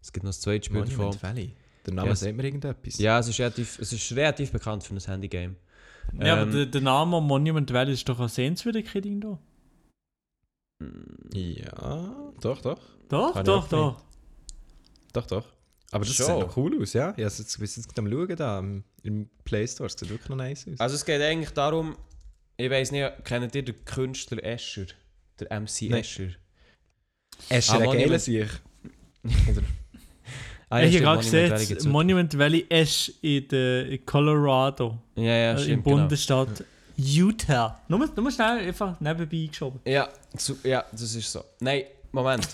S4: Es gibt noch ein zweites Spiel davon.
S2: Monument Valley. Der Name
S4: Yes.
S2: sagt mir irgendetwas.
S4: Ja, es ist, relativ, es ist relativ bekannt für ein Handygame.
S3: ja, aber
S4: Ähm.
S3: der, der Name Monument Valley ist doch eine Sehenswürdigkeit irgendwo.
S2: Ja, doch, doch.
S3: Doch,
S4: Kann ich
S3: doch,
S4: auch
S3: doch.
S2: Doch, doch. Aber das
S4: Schon.
S2: sieht noch cool aus, ja. Ja, es ist- wir sind jetzt am Schauen da im, im Play Store. Es sieht wirklich noch nice aus.
S4: Also es geht eigentlich darum, ich weiß nicht, kennt ihr den Künstler Escher? Der MC
S2: Nein.
S4: Escher?
S2: es
S4: ah, Monument-
S2: Sieg.
S4: Ah,
S3: ich
S4: stimmt,
S3: habe
S4: Monument
S3: gerade
S4: Valley
S3: gesehen,
S4: gibt's
S3: das Monument Valley ist in, der, in Colorado,
S4: wirklich. Ja, ja,
S3: also im
S4: stimmt, genau.
S3: Bundesstaat Utah. Nur, nur schnell einfach nebenbei geschoben.
S4: Ja, zu, ja, das ist so. Nein, Moment.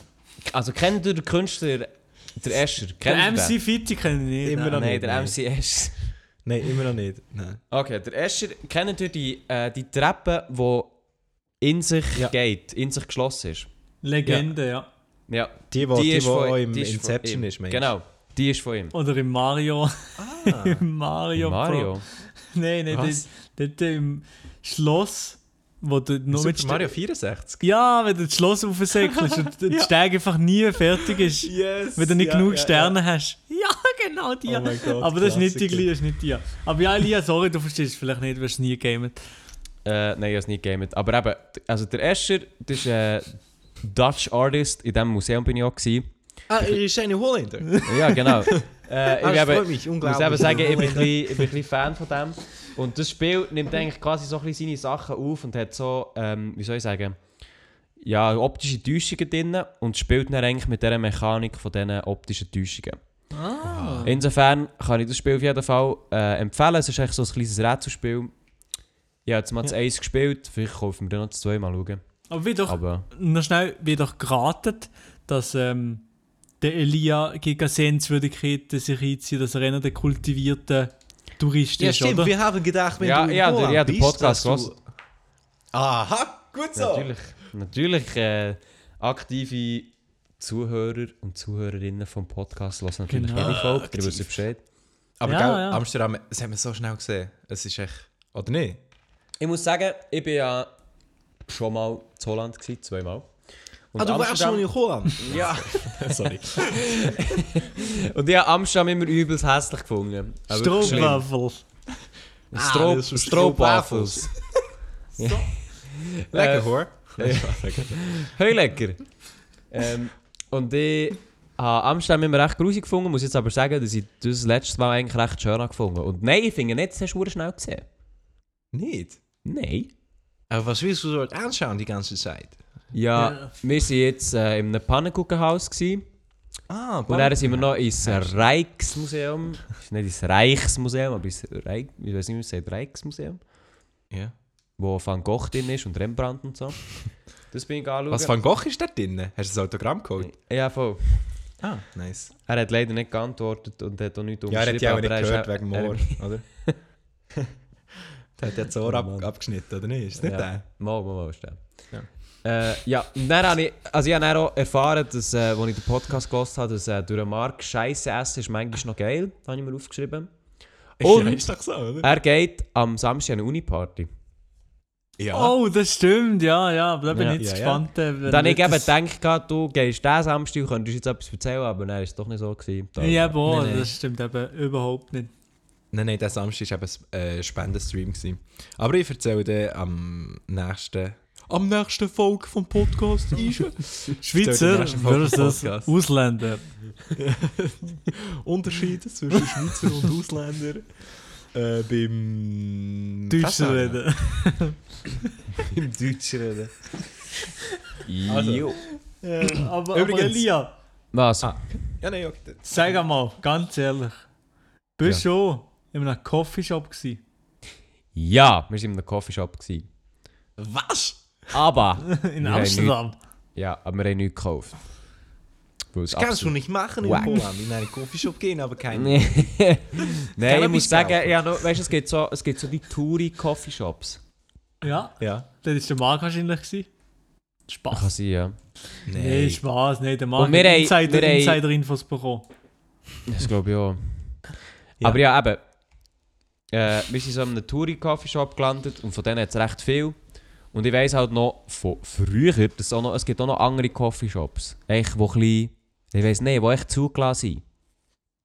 S4: Also kennt ihr den Künstler, der Escher? Kennt ihr
S3: Der
S4: den?
S3: MC Fitti kenne ich nicht.
S2: Immer
S3: nein.
S2: noch
S4: Nein,
S2: nicht,
S4: der
S2: nein.
S4: MC Escher.
S2: Nein, immer noch nicht. Nein.
S4: Okay, der Escher, kennt ihr die, äh, die Treppe, die in sich
S2: Ja.
S4: geht, in sich geschlossen ist?
S3: Legende, ja.
S4: Ja,
S2: Die, wo- die, die,
S4: ist von-
S2: auch im
S4: die ist von
S2: Inception
S4: ihm.
S2: ist, meinst du?
S4: Genau, die ist von ihm.
S3: Oder im Mario. Im Mario. Pro-
S4: Mario.
S3: Nein, nein,
S2: Ah. Was?
S3: dort, dort im Schloss, wo du nur
S2: Super
S3: mit Ste-
S2: Mario 64.
S3: Ja, wenn du das Schloss aufsäckelst und der Steig einfach nie fertig ist,
S2: Yes!
S3: wenn du nicht
S2: ja,
S3: genug
S2: ja,
S3: Sterne hast. Ja, genau die.
S2: Oh mein Gott,
S3: Aber das ist nicht
S2: Klassiker.
S3: die gleiche, das ist nicht die. Aber ja, Elia, sorry, du verstehst vielleicht nicht, weil es nie gamet.
S4: Äh, nein, ich habe es nicht gegamet. Aber eben, d- also der Escher, das ist ein eh, Dutch Artist, in diesem Museum bin ich auch. Gewesen.
S2: Ah, ich ist eine Holländer.
S4: Ja, genau. äh, ich
S2: Ah,
S4: bin
S2: das freut
S4: eben,
S2: mich,
S4: muss
S2: unglaublich.
S4: eben sagen, ich bin, ein bisschen, ich bin ein bisschen Fan von dem. Und das Spiel nimmt eigentlich quasi so ein bisschen seine Sachen auf und hat so, ähm, wie soll ich sagen, ja, optische Täuschungen drin und spielt dann eigentlich mit dieser Mechanik von diesen optischen Täuschungen. Insofern kann ich das Spiel auf jeden Fall äh, empfehlen. Es ist eigentlich so ein kleines Rätselspiel. Ich habe jetzt mal das Eis gespielt, vielleicht kaufen wir dann noch das 2 mal schauen.
S3: Aber wie doch,
S4: Aber
S3: noch schnell, wie doch geraten, dass ähm, der Elia gegen Sehenswürdigkeiten sich einzieht, dass er einer der kultivierten Touristen ist, oder?
S2: wir haben gedacht,
S4: ja, ja, der, ja, der Podcast
S2: was?
S4: gehört.
S2: Aha, gut so.
S4: Natürlich, natürlich äh, aktive Zuhörer und Zuhörerinnen vom Podcast hören natürlich
S3: Genau.
S4: jede Folge, ihr wisst Bescheid.
S2: Aber
S3: Ja,
S2: gell,
S3: ja.
S2: Amsterdam, das haben wir so schnell gesehen. Es ist echt... Oder nicht?
S4: Ich muss sagen, ich bin ja schon mal zu Holland, gewesen, zweimal. Und
S2: Ah,
S4: Amsterdam-
S2: in Holland?
S4: Ja.
S2: Sorry.
S4: Und ich habe Amsterdam immer übelst hässlich gefunden. Äh,
S2: Also
S4: wirklich schlimm.
S3: Strohwaffel.
S4: Stroh-
S2: das ist
S4: Strohwaffels. Äh,
S2: Lekker hoor.
S4: Heulecker. ähm, und ich habe Amsterdam immer recht grusig gefunden, muss jetzt aber sagen, dass ich das letzte Mal eigentlich recht schön habe gefunden Und nein, ich finde nicht, das hast du verdammt schnell gesehen.
S2: Nicht?
S4: Nein.
S2: Aber was willst du dort anschauen die ganze Zeit?
S4: Ja,
S3: Ja.
S4: wir waren jetzt äh, in einem Pannenkuchenhaus. gewesen.
S2: Ah,
S4: Und dann sind wir noch ins Reichsmuseum. Ist Nicht ins Reichsmuseum, aber ins Reich, ich weiß nicht, wie man sagt, Reichsmuseum.
S2: Ja.
S4: Wo Van Gogh drin ist und Rembrandt und so. Das bin ich anschauen.
S2: Was Van Gogh ist da drin? Hast du das Autogramm geholt?
S4: Ja, voll.
S2: Ah, nice.
S4: Er hat leider nicht geantwortet und hat auch nichts
S2: Ja, er hat
S4: unterschrieben,
S2: ja auch
S4: aber
S2: nicht
S4: er ist
S2: gehört
S4: auch-
S2: wegen
S4: er-
S2: Moor, oder? der hat ja das Ohr ab, abgeschnitten, oder nicht? Ist nicht
S4: ja.
S2: der?
S4: Mal, mal, mal, ist der. Ja. Äh, ja, und dann habe ich, also ich habe dann auch erfahren, dass, äh, als ich den Podcast gehört habe, dass äh, durch den Markt Scheiße essen ist manchmal noch geil, habe ich mir aufgeschrieben. Und-
S2: ja, ist doch so, oder?
S4: Er geht am Samstag an eine Uni-Party.
S2: eh, Ja.
S3: Oh, das stimmt, ja, ja, aber da bin
S4: Ja,
S3: ich
S2: ja,
S3: jetzt
S2: ja.
S3: gespannt. äh, wenn
S4: Dann habe ich eben
S3: das-
S4: gedacht, gehabt, du gehst diesen Samstag und könntest jetzt etwas erzählen, aber dann ist es doch nicht so. Gewesen. Da-
S3: Ja, boah,
S2: Nein, nein.
S3: das stimmt eben überhaupt nicht.
S2: Nein, nein, der Samstag war eben ein äh, Spendenstream. gewesen. Aber ich erzähle dir am nächsten... Am nächsten Folge vom Podcast Ische.
S3: Schweizer versus
S2: Podcast.
S3: Ausländer.
S2: Unterschiede zwischen Schweizer und Ausländer. Äh, beim...
S3: Deutsch reden.
S2: Beim Deutschen reden. Also.
S4: Jo.
S3: Äh, aber, aber
S2: Übrigens.
S3: Elia,
S4: Was?
S2: Ah. Ja, nein, okay.
S3: sag einmal, ganz ehrlich, bist du schon in einem Coffeeshop gewesen?
S4: Ja, wir waren in einem Coffeeshop. Gewesen.
S2: Was?
S4: Aber,
S3: In
S4: Wir haben
S3: Amsterdam?
S4: ja, aber wir haben nichts gekauft. Weil es
S2: Das kannst du
S4: absolut-
S2: nicht machen
S4: Wack.
S2: in Polen. In einen Coffeeshop gehen, aber keinen.
S4: Nee. Nein, ich
S2: Cannabis
S4: muss sagen,
S2: kaufen.
S4: ja, no, weißt, es, gibt so, es gibt so die touri Coffeeshops.
S3: Ja,
S2: Ja.
S3: das war der Marc wahrscheinlich. Gewesen. Spaß.
S4: Kann sein, ja.
S3: Nee, Spaß, nee, der Marc
S4: Und wir
S3: hat
S4: haben-
S3: Insider,
S4: wir haben-
S3: Insider-Infos bekommen.
S4: Das glaube ich auch.
S2: Ja.
S4: Aber ja, eben. Äh, wir sind so in einem Touri-Coffeeshop gelandet und von denen hat es recht viel. Und ich weiss halt noch von früher, dass es, auch noch, es gibt auch noch andere Coffeeshops. Echt, wo ein bisschen, ich weiss nicht, wo echt zugelassen sind.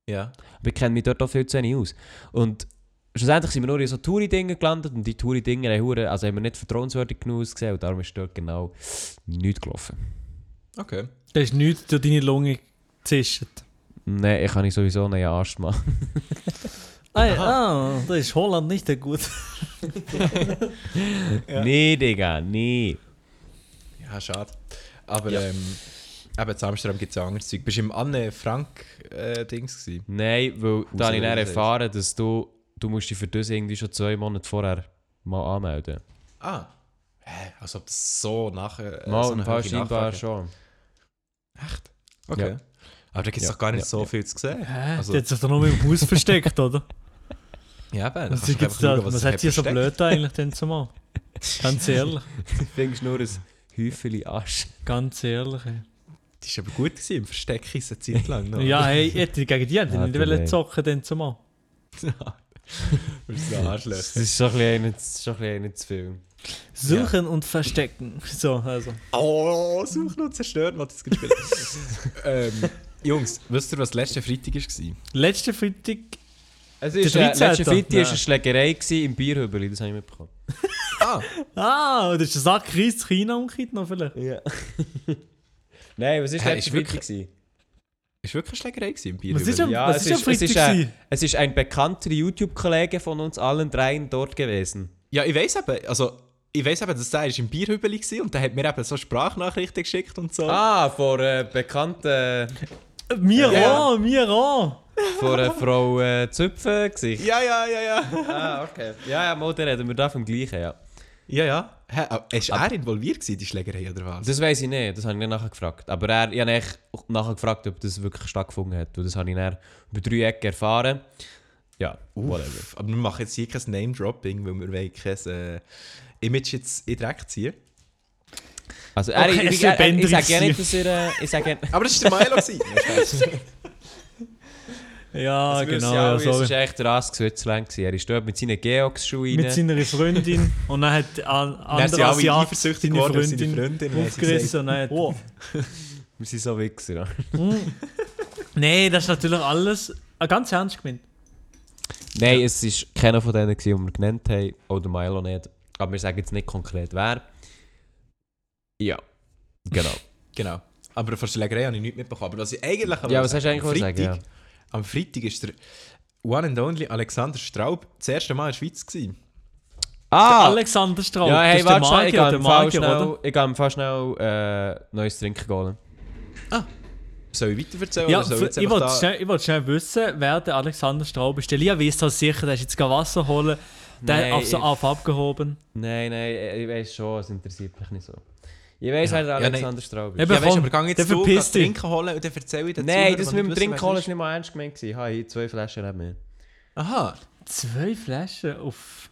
S2: Ja.
S4: Aber ich kenne mich dort auch viel zu wenig aus. Und schlussendlich sind wir nur in so Touri-Dingen gelandet und die Touri-Dinger haben, hure- also haben wir nicht vertrauenswürdig genug ausgesehen und darum ist dort genau nichts gelaufen.
S2: Okay.
S3: Da ist nichts durch deine Lunge gezischt.
S4: Nein, ich kann nicht sowieso einen Asthma.
S3: Ah, da ist Holland nicht der gut.
S2: Ja.
S4: Nee, Digga, nee.
S2: Ja, schade. Aber
S4: Ja.
S2: ähm, eben in Amsterdam gibt es ja anderes Zeug. Bist du im Anne-Frank-Dings gewesen?
S4: Nein, weil da habe ich dann
S2: das heißt.
S4: erfahren, dass du, du musst dich für das irgendwie schon zwei Monate vorher mal anmelden.
S2: Ah. Hä? Als ob das so nachher.
S4: mal,
S2: so
S4: ein
S2: eine
S4: paar
S2: hohe
S4: scheinbar
S2: Nachfrage-
S4: schon.
S2: Echt? Okay.
S4: Ja.
S2: Aber da gibt es
S4: Ja,
S2: doch gar nicht
S4: ja,
S2: so
S4: ja.
S2: viel zu sehen.
S3: Hä?
S2: Also-
S3: Also, hat sich doch nur im Haus versteckt, oder?
S2: Ja, eben.
S3: Was, gibt's da, was hat sie so blöd eigentlich denn zumal? Ganz ehrlich.
S4: Du findest nur ein Häufchen Asche.
S3: Ganz ehrlich. ey.
S2: Das war aber gut gewesen, im Versteck ist eine Zeit lang. Noch.
S3: Ja, hey, hätte ich gegen die hätte ich
S4: Ah,
S3: nicht
S4: du
S3: wollen
S4: Lei.
S3: zocken denn zumal.
S2: Das ist ein
S4: Das
S2: Arschloch.
S4: ist schon ein bisschen einer- das ist schon ein bisschen einer zu viel.
S3: Suchen und verstecken. So, also.
S2: Oh, suchen und zerstören, was das gespielt ähm, Jungs, wisst ihr, was letzte Freitag war?
S3: Letzte Freitag.
S4: Es
S3: ist,
S4: ist,
S3: äh,
S4: äh, letzte
S3: letzten Freitag
S4: Freitag war
S3: Nein.
S4: eine Schlägerei gewesen im Bierhübeli, das habe ich mitbekommen.
S2: Ah,
S3: Ah, das ist ein Sack Reis zu China umgekehrt noch vielleicht.
S4: Ja. Nein, was war
S2: Hey,
S4: letzte
S2: ist wirklich-
S4: Freitag? gewesen?
S2: ist wirklich eine Schlägerei gewesen im Bier?
S3: Was ist am,
S4: Ja,
S3: was
S4: es
S3: ist am
S4: ist- es
S3: Freitag?
S4: ist,
S3: gewesen?
S4: Es ist ein bekannter YouTube-Kollege von uns allen dreien dort gewesen.
S2: Ja, ich weiß eben, also ich weiß eben, dass der ist im Bierhübeli war und der hat mir eben so Sprachnachrichten geschickt und so.
S4: Ah, vor äh, bekannten...
S3: Mir
S2: Ja.
S3: an, mir an.
S4: Vor einer Frau äh, Zöpfe gesicht
S2: Ja, ja, ja, ja.
S4: Ah, okay. Ja, ja, mal, dann reden wir da vom Gleichen, ja.
S2: Ja, ja. Hä, aber ist er involviert gewesen, in die Schlägerei oder was?
S4: Das weiß ich nicht, das habe ich nicht nachher gefragt. Aber er, ich habe eigentlich auch nachher gefragt, ob das wirklich stattgefunden hat. Und das habe ich dann über drei Ecken erfahren. Ja, whatever.
S2: Uff, aber wir machen jetzt hier kein Name-Dropping, weil wir wollen kein äh, Image jetzt in den Dreck ziehen.
S4: Also, er,
S3: Okay,
S4: ich,
S3: es
S4: ich, er, ich
S3: lebendig
S4: sage ja
S3: sein.
S4: nicht, dass er... äh, Ich sage,
S2: Aber das war der Milo. gewesen. Ja, Spaß.
S3: Ja, Ah,
S4: das wissen
S3: genau.
S4: ja alle,
S3: Ja, sorry.
S4: Es war echt der Ass Switzerland. gewesen. Er ist dort mit seinen Geox-Schuhen
S3: mit seiner Freundin und dann hat an
S2: sind
S3: andere
S2: alle
S3: Asiat
S2: eifersüchtig
S3: seine
S2: geworden auf
S3: Freundin,
S2: seine Freundin und haben sie
S3: aufgerissen und dann hat, oh.
S4: Wir sind so Wichser.
S3: Nein, das ist natürlich alles äh, ganz ernst gemeint.
S4: Nein, es war keiner von denen, gewesen, die wir genannt haben. Oder Milo nicht. Aber wir sagen jetzt nicht konkret, wer. Ja. Genau.
S2: Genau. Aber von Schlägerei habe ich nichts mitbekommen. Aber was ich eigentlich
S4: Ja, was hast du eigentlich
S2: am
S4: wollen sagen,
S2: Freitag, Am Freitag ist der One and Only Alexander Straub das erste Mal in der Schweiz. Gewesen.
S4: Ah!
S3: Alexander Straub,
S4: Ja, hey,
S3: das
S4: warte schnell, ich
S3: Magier,
S4: gehe
S3: der
S4: im Fall
S3: Magier, oder?
S4: schnell, ich gehe im Fall schnell äh, neues Trinken holen.
S2: Soll ich weiter erzählen?
S3: Ja,
S2: oder soll
S3: für-
S2: jetzt
S3: ich
S2: einfach
S3: wollte
S2: da-
S3: schnell, ich wollte schnell wissen, wer der Alexander Straub ist. Der Lia weiss das sicher, der ist jetzt gerade Wasser holen, der
S4: Nein,
S3: hat auf so
S4: ich-
S3: auf abgehoben.
S4: Nein, nein, ich weiß schon, es interessiert mich nicht so. Ich weiß, wer der
S2: Ja, nein.
S4: Alexander Straub ist.
S3: Eben,
S2: Ja, weißt du,
S3: komm,
S2: aber geh jetzt
S3: der
S2: zu,
S3: verpisst
S2: geh
S3: dich.
S2: Trinken holen und dann erzähle ich den
S4: Nein,
S2: Zuhörern,
S4: das
S2: die
S4: mit dem
S2: nicht wissen,
S4: Trinken
S2: wer
S4: holen
S2: es
S4: ist nicht mal ernst gemeint. Ich habe zwei Flaschen nicht mehr.
S2: Aha,
S3: Zwei Flaschen auf.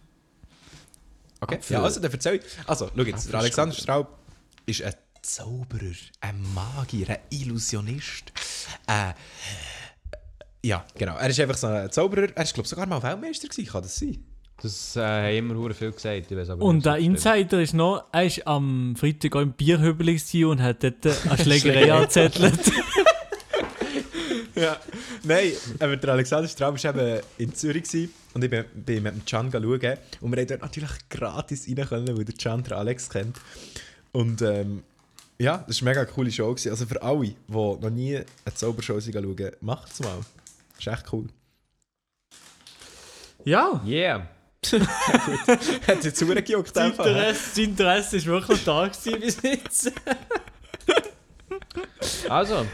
S2: okay. Ja, also, dann erzähl ich. Also, schau jetzt, der Alexander Straub ist ein Zauberer, ein Magier, ein Illusionist. Äh, ja, genau. Er ist einfach so ein Zauberer. Er ist, glaube ich, sogar mal Weltmeister gewesen, kann das sein?
S4: Das äh, haben immer hure viel gesagt. Ich weiß aber
S3: Und
S4: nicht,
S3: der
S4: ob es stimmt.
S3: Insider ist noch, er ist am Freitag auch im Bierhübel gewesen und hat dort eine Schlägerei angezettelt.
S2: Ja. Nein, aber der Alexander Straub war eben in Zürich gewesen und ich bin, bin mit dem Can schauen. Und wir haben dort natürlich gratis rein können, weil der Can den Alex kennt. Und ähm, ja, das war eine mega coole Show. Gewesen. Also für alle, die noch nie eine Zaubershow schauen, macht es mal. Ist echt cool.
S3: ja,
S4: Yeah!
S2: Hat sie zugejuckt
S3: das
S2: einfach. hä?
S3: Interesse, das Interesse ist wirklich da gewesen bis jetzt.
S4: Also,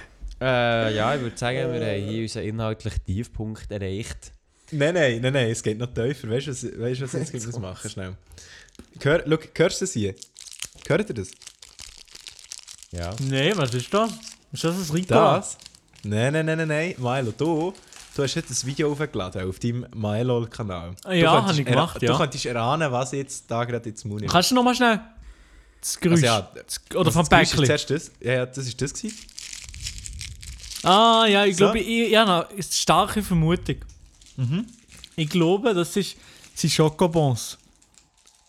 S4: äh, ja, ich würde sagen, wir haben hier unseren inhaltlichen Tiefpunkt erreicht.
S2: Nein, nein, nein, nein, es geht noch tiefer. Weißt du, was, weißt, du, was jetzt gibt? Das machen schnell. Hör, schau, hörst du das hier? Hört ihr das?
S4: Ja.
S3: Nein, was ist das? Ist das ein Rico?
S2: Das? Nein, nein, nein, nein, nein. Milo, du, du hast jetzt ein Video aufgeladen auf deinem Milo-Kanal.
S3: Ah ja,
S2: Du könntest
S3: hab ich
S2: erra-
S3: gemacht, ja.
S2: Du könntest erahnen, was jetzt da gerade jetzt Mund ist.
S3: Kannst du nochmal schnell das Geräusch?
S2: Also ja,
S3: das, oder vom
S2: Das Geräusch ist
S3: Päckchen?
S2: zuerst Das, ja, ja, das ist das gewesen.
S3: Ah, ja, ich
S2: So?
S3: glaube, ich, ich habe eine starke Vermutung. Mhm. Ich glaube, das ist, sind Schokobons.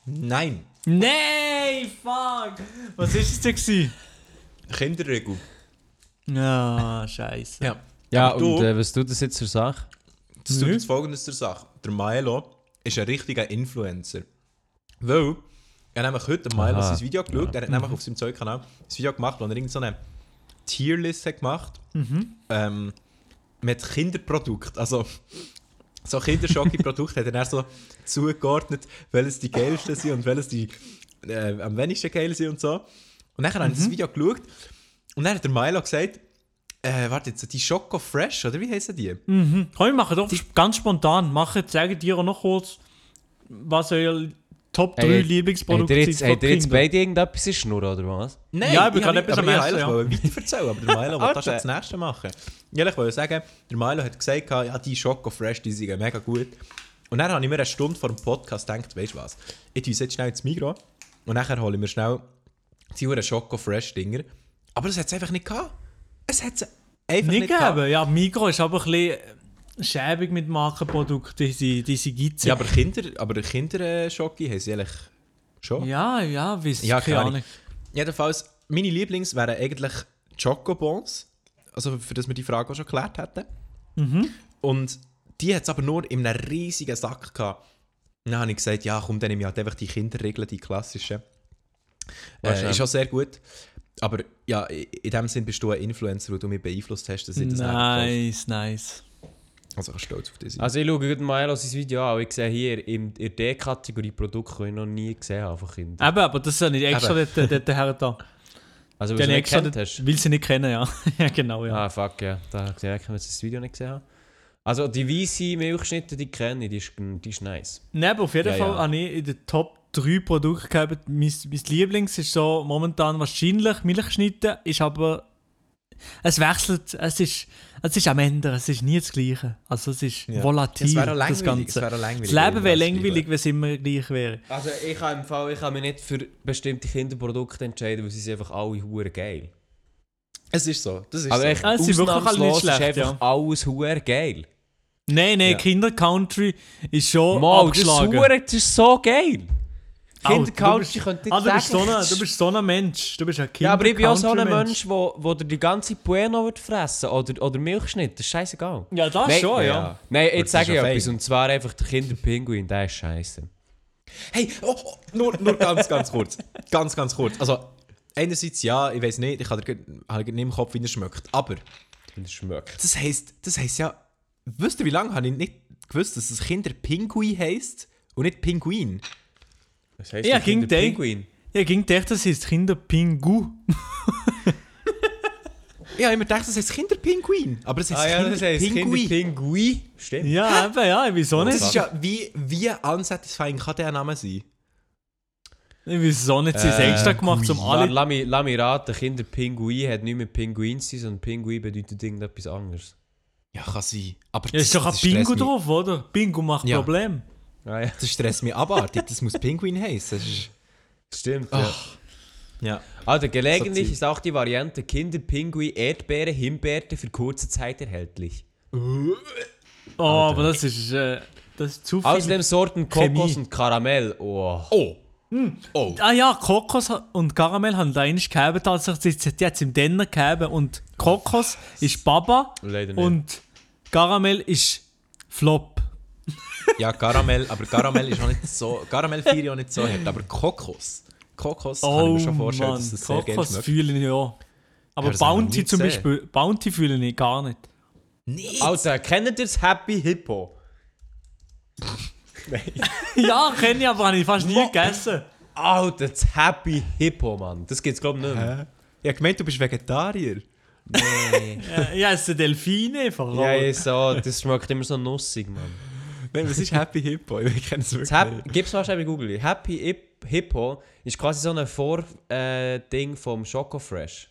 S2: Nein.
S3: Nein, fuck! Was ist es denn? Gewesen?
S2: Kinderregel.
S3: Ja, Ah, scheiße.
S2: Ja.
S4: Ja,
S2: Aber du-
S4: und äh, was tut das jetzt zur Sache?
S2: Das tut jetzt folgendes zur Sache. Der Milo ist ein richtiger Influencer. Weil, er hat nämlich heute dem Milo
S4: Aha.
S2: sein Video geschaut, er hat nämlich auf seinem Zeugkanal ein Video gemacht, wo er irgendeine so eine Tierlist hat gemacht ähm, mit Kinderprodukten. Also, so Kinderschocke-Produkte hat er dann so zugeordnet, welches die geilsten sind und welches die äh, am wenigsten geil sind und so. Und dann habe ich das Video geschaut und dann hat der Milo gesagt, äh, warte jetzt, die Schoko Fresh, oder wie heißen die?
S3: Komm, wir machen doch ganz spontan. Machen, sagen dir noch kurz, was euer Top 3
S4: Hey, Habt
S3: Lieblingsprodukte
S4: ihr jetzt,
S3: sind.
S4: habt
S3: von
S4: ihr jetzt
S3: Kindern.
S4: beide irgendetwas in Schnur, oder was?
S2: Nein,
S3: Ja, aber ich kann
S2: hab-
S3: etwas
S2: aber
S3: am
S2: ich wollte
S3: Essen,
S2: eigentlich weiter erzählen, aber der Milo will das
S4: Alter.
S2: jetzt das nächste machen. Ja, ich wollte sagen, der Milo hat gesagt, ja, die Schoko Fresh, die sind mega gut. Und dann habe ich mir eine Stunde vor dem Podcast gedacht, weißt du was, ich tue uns jetzt schnell ins Migros und nachher hole ich mir schnell die Uhren Schoko Fresh Dinger. Aber es hat es einfach nicht gehabt. Es hat es einfach nicht,
S3: Nicht
S2: gehabt.
S3: geben. Ja, Migros ist aber ein bisschen äh, schäbig mit Markenprodukten. Die, sind- die sind gitzig.
S2: Ja, aber Kinder, aber Kinder äh, Schocke haben sie eigentlich schon.
S3: ja, ja, weiss
S2: Ja,
S3: keine
S2: keine
S3: Ahnung.
S2: Jedenfalls, meine Lieblings wären eigentlich Chocobons. Also, für das wir die Frage auch schon geklärt hätten.
S3: Mhm.
S2: Und die hat es aber nur in einem riesigen Sack gehabt. Dann habe ich gesagt, ja, komm, dann nehme ich halt einfach die Kinderregeln, die klassischen. Äh,
S4: Wahrscheinlich.
S2: ist auch sehr gut. Aber ja, i- in dem Sinn bist du ein Influencer, weil du mich beeinflusst hast, dass ich das nachher
S3: Nice, nice.
S2: kaufe. Also, ich bin stolz auf dich. sein.
S4: Also ich schaue gerade Milo sein Video an und ich sehe hier in, in der Kategorie Produkte, die ich noch nie gesehen habe von Kindern.
S3: Eben, aber das habe ich extra dort, dort her da. Den
S4: Also weil du
S3: ich
S4: nicht
S3: extra
S4: gekannt
S3: dort,
S4: hast.
S3: weil sie nicht kennen, ja. ja, genau, ja.
S4: Ah fuck, ja. Da merke ich, merkt, dass ich das Video nicht gesehen habe. Also die weiße Milchschnitte, die kenne ich, die ist, die ist nice.
S3: Nein, aber auf jeden
S4: Ja,
S3: Fall
S4: ja.
S3: habe ich in den Top 3 Produkte gegeben. Mein, mein Lieblings ist so momentan wahrscheinlich Milchschnitten, ist aber. Es wechselt, es ist, es ist am Ende, es ist nie das Gleiche. Also es ist
S2: Ja.
S3: volatil,
S2: Es wäre auch
S3: das
S2: langweilig, es
S3: Ganze.
S2: wäre auch langweilig,
S3: das Leben
S2: wenn
S3: wäre
S2: das
S3: langweilig, wenn es immer gleich wäre.
S4: Also ich kann, im Fall, ich kann mich nicht für bestimmte Kinderprodukte entscheiden, weil sie sind einfach alle hure geil.
S2: Es ist so. Das ist
S4: Aber
S2: so.
S4: echt,
S3: Ah, sie sind wirklich alle nicht
S4: ausnahmslos ist
S3: schlecht,
S4: einfach
S3: ja.
S4: alles hure geil.
S3: Nein, nein,
S2: Ja.
S3: Kinder-Country ist schon
S4: Mal, das ist,
S3: Oh, abgeschlagen.
S4: hure- das ist so geil.
S3: Au, du
S4: Kindercountry
S3: bist-
S4: könnte ich
S3: ah, du, bist so
S4: sagen.
S3: ein, du bist so ein Mensch. Du bist ein Kind.
S4: Ja, aber ich bin auch so ein Mensch, wo, wo der die ganze Bueno wird fressen oder, oder Milchschnitt, das ist scheißegal.
S3: Ja, das
S4: Nein,
S3: schon, ja.
S2: ja.
S4: Nein,
S2: das
S4: jetzt
S2: ist
S4: sage ich
S2: ja
S4: etwas,
S2: fein.
S4: und zwar einfach der Kinderpinguin, der ist scheiße.
S2: Hey, oh, oh, nur, nur ganz, ganz kurz. Ganz, ganz kurz. Also, einerseits ja, ich weiß nicht, ich habe grad- habe grad nicht im Kopf, wie er schmeckt. Aber
S4: Wenn es schmeckt.
S2: das heisst, das heisst ja, wisst ihr, wie lange habe ich nicht gewusst, dass das Kinderpinguin heisst und nicht Pinguin?
S4: Was heisst
S3: Ja,
S4: denn
S3: ging der-
S4: Kinderpinguin?
S3: Ja, ging gedacht, das ist Kinderpingu.
S2: Ja, ich habe immer gedacht, das heisst Kinderpinguin. Aber das heisst
S4: Ah ja, das heisst
S2: Kinderpinguin.
S4: Kinderpinguin. Stimmt.
S3: Ja, eben, ja, wieso
S2: Das
S3: nicht?
S2: ist ja, wie, wie unsatisfying kann der Name sein?
S3: Wieso nicht? Sie haben es
S4: Äh,
S3: extra gemacht, um
S4: Alle...
S3: alle...
S4: Lass, mich, lass mich raten, Kinderpinguin hat nicht mehr Pinguin zu sein, sondern Pinguin bedeutet irgendetwas anderes.
S2: Ja, kann sein. Aber
S3: Ja, ist doch ein
S2: das stresst
S3: Bingo
S2: mich-
S3: drauf, oder? Bingo macht
S2: Ja.
S3: Problem.
S4: Ah ja,
S2: Das stresst mich abartig, das muss Pinguin heißen. Das ist,
S4: stimmt.
S2: ja.
S4: Also gelegentlich
S2: So
S4: ist auch die Variante Kinderpinguin, Erdbeere, Himbeerte für kurze Zeit erhältlich.
S3: Oh, aber das ist... Äh, das ist zu viel.
S4: Außerdem Sorten Kokos
S3: Chemie.
S4: und Karamell. Oh.
S2: Oh! Oh!
S3: Ah ja, Kokos ha- und Karamell haben da eigentlich gegeben, als ich sie sie jetzt im Denner gegeben. Und Kokos ist Baba
S4: Leider nicht.
S3: und Karamell ist Flop.
S2: Ja, Karamell, aber Karamell ist auch nicht so. Karamell feiere ich auch nicht so hart, aber Kokos. Kokos kann ich mir schon vorstellen, dass das sehr gerne
S3: Oh Kokos
S2: schmeckt.
S3: fühle ich ja.
S2: Ja,
S3: Aber
S2: das haben wir
S3: Bounty
S2: nie
S3: zum
S2: gesehen.
S3: Beispiel, Bounty fühle ich gar nicht.
S4: Also, kennt ihr das Happy Hippo?
S3: ja, kenne ich, aber habe ich fast nie gegessen.
S4: Alter, das Happy Hippo, Mann. Das gibt's glaube ich nicht mehr.
S2: Hä? Ja, gemeint, du bist Vegetarier.
S3: Äh, ich esse Delfine einfach.
S4: Ja,
S3: aber-
S4: ist so. Das schmeckt immer so nussig, Mann.
S2: Nein, was ist Happy Hippo? Ich kenne es wirklich.
S4: Das Hap
S2: nicht.
S4: Gib's mal schnell bei Google. Happy Hip Hippo ist quasi so ein Vor-Ding äh, Ding vom Choco Fresh.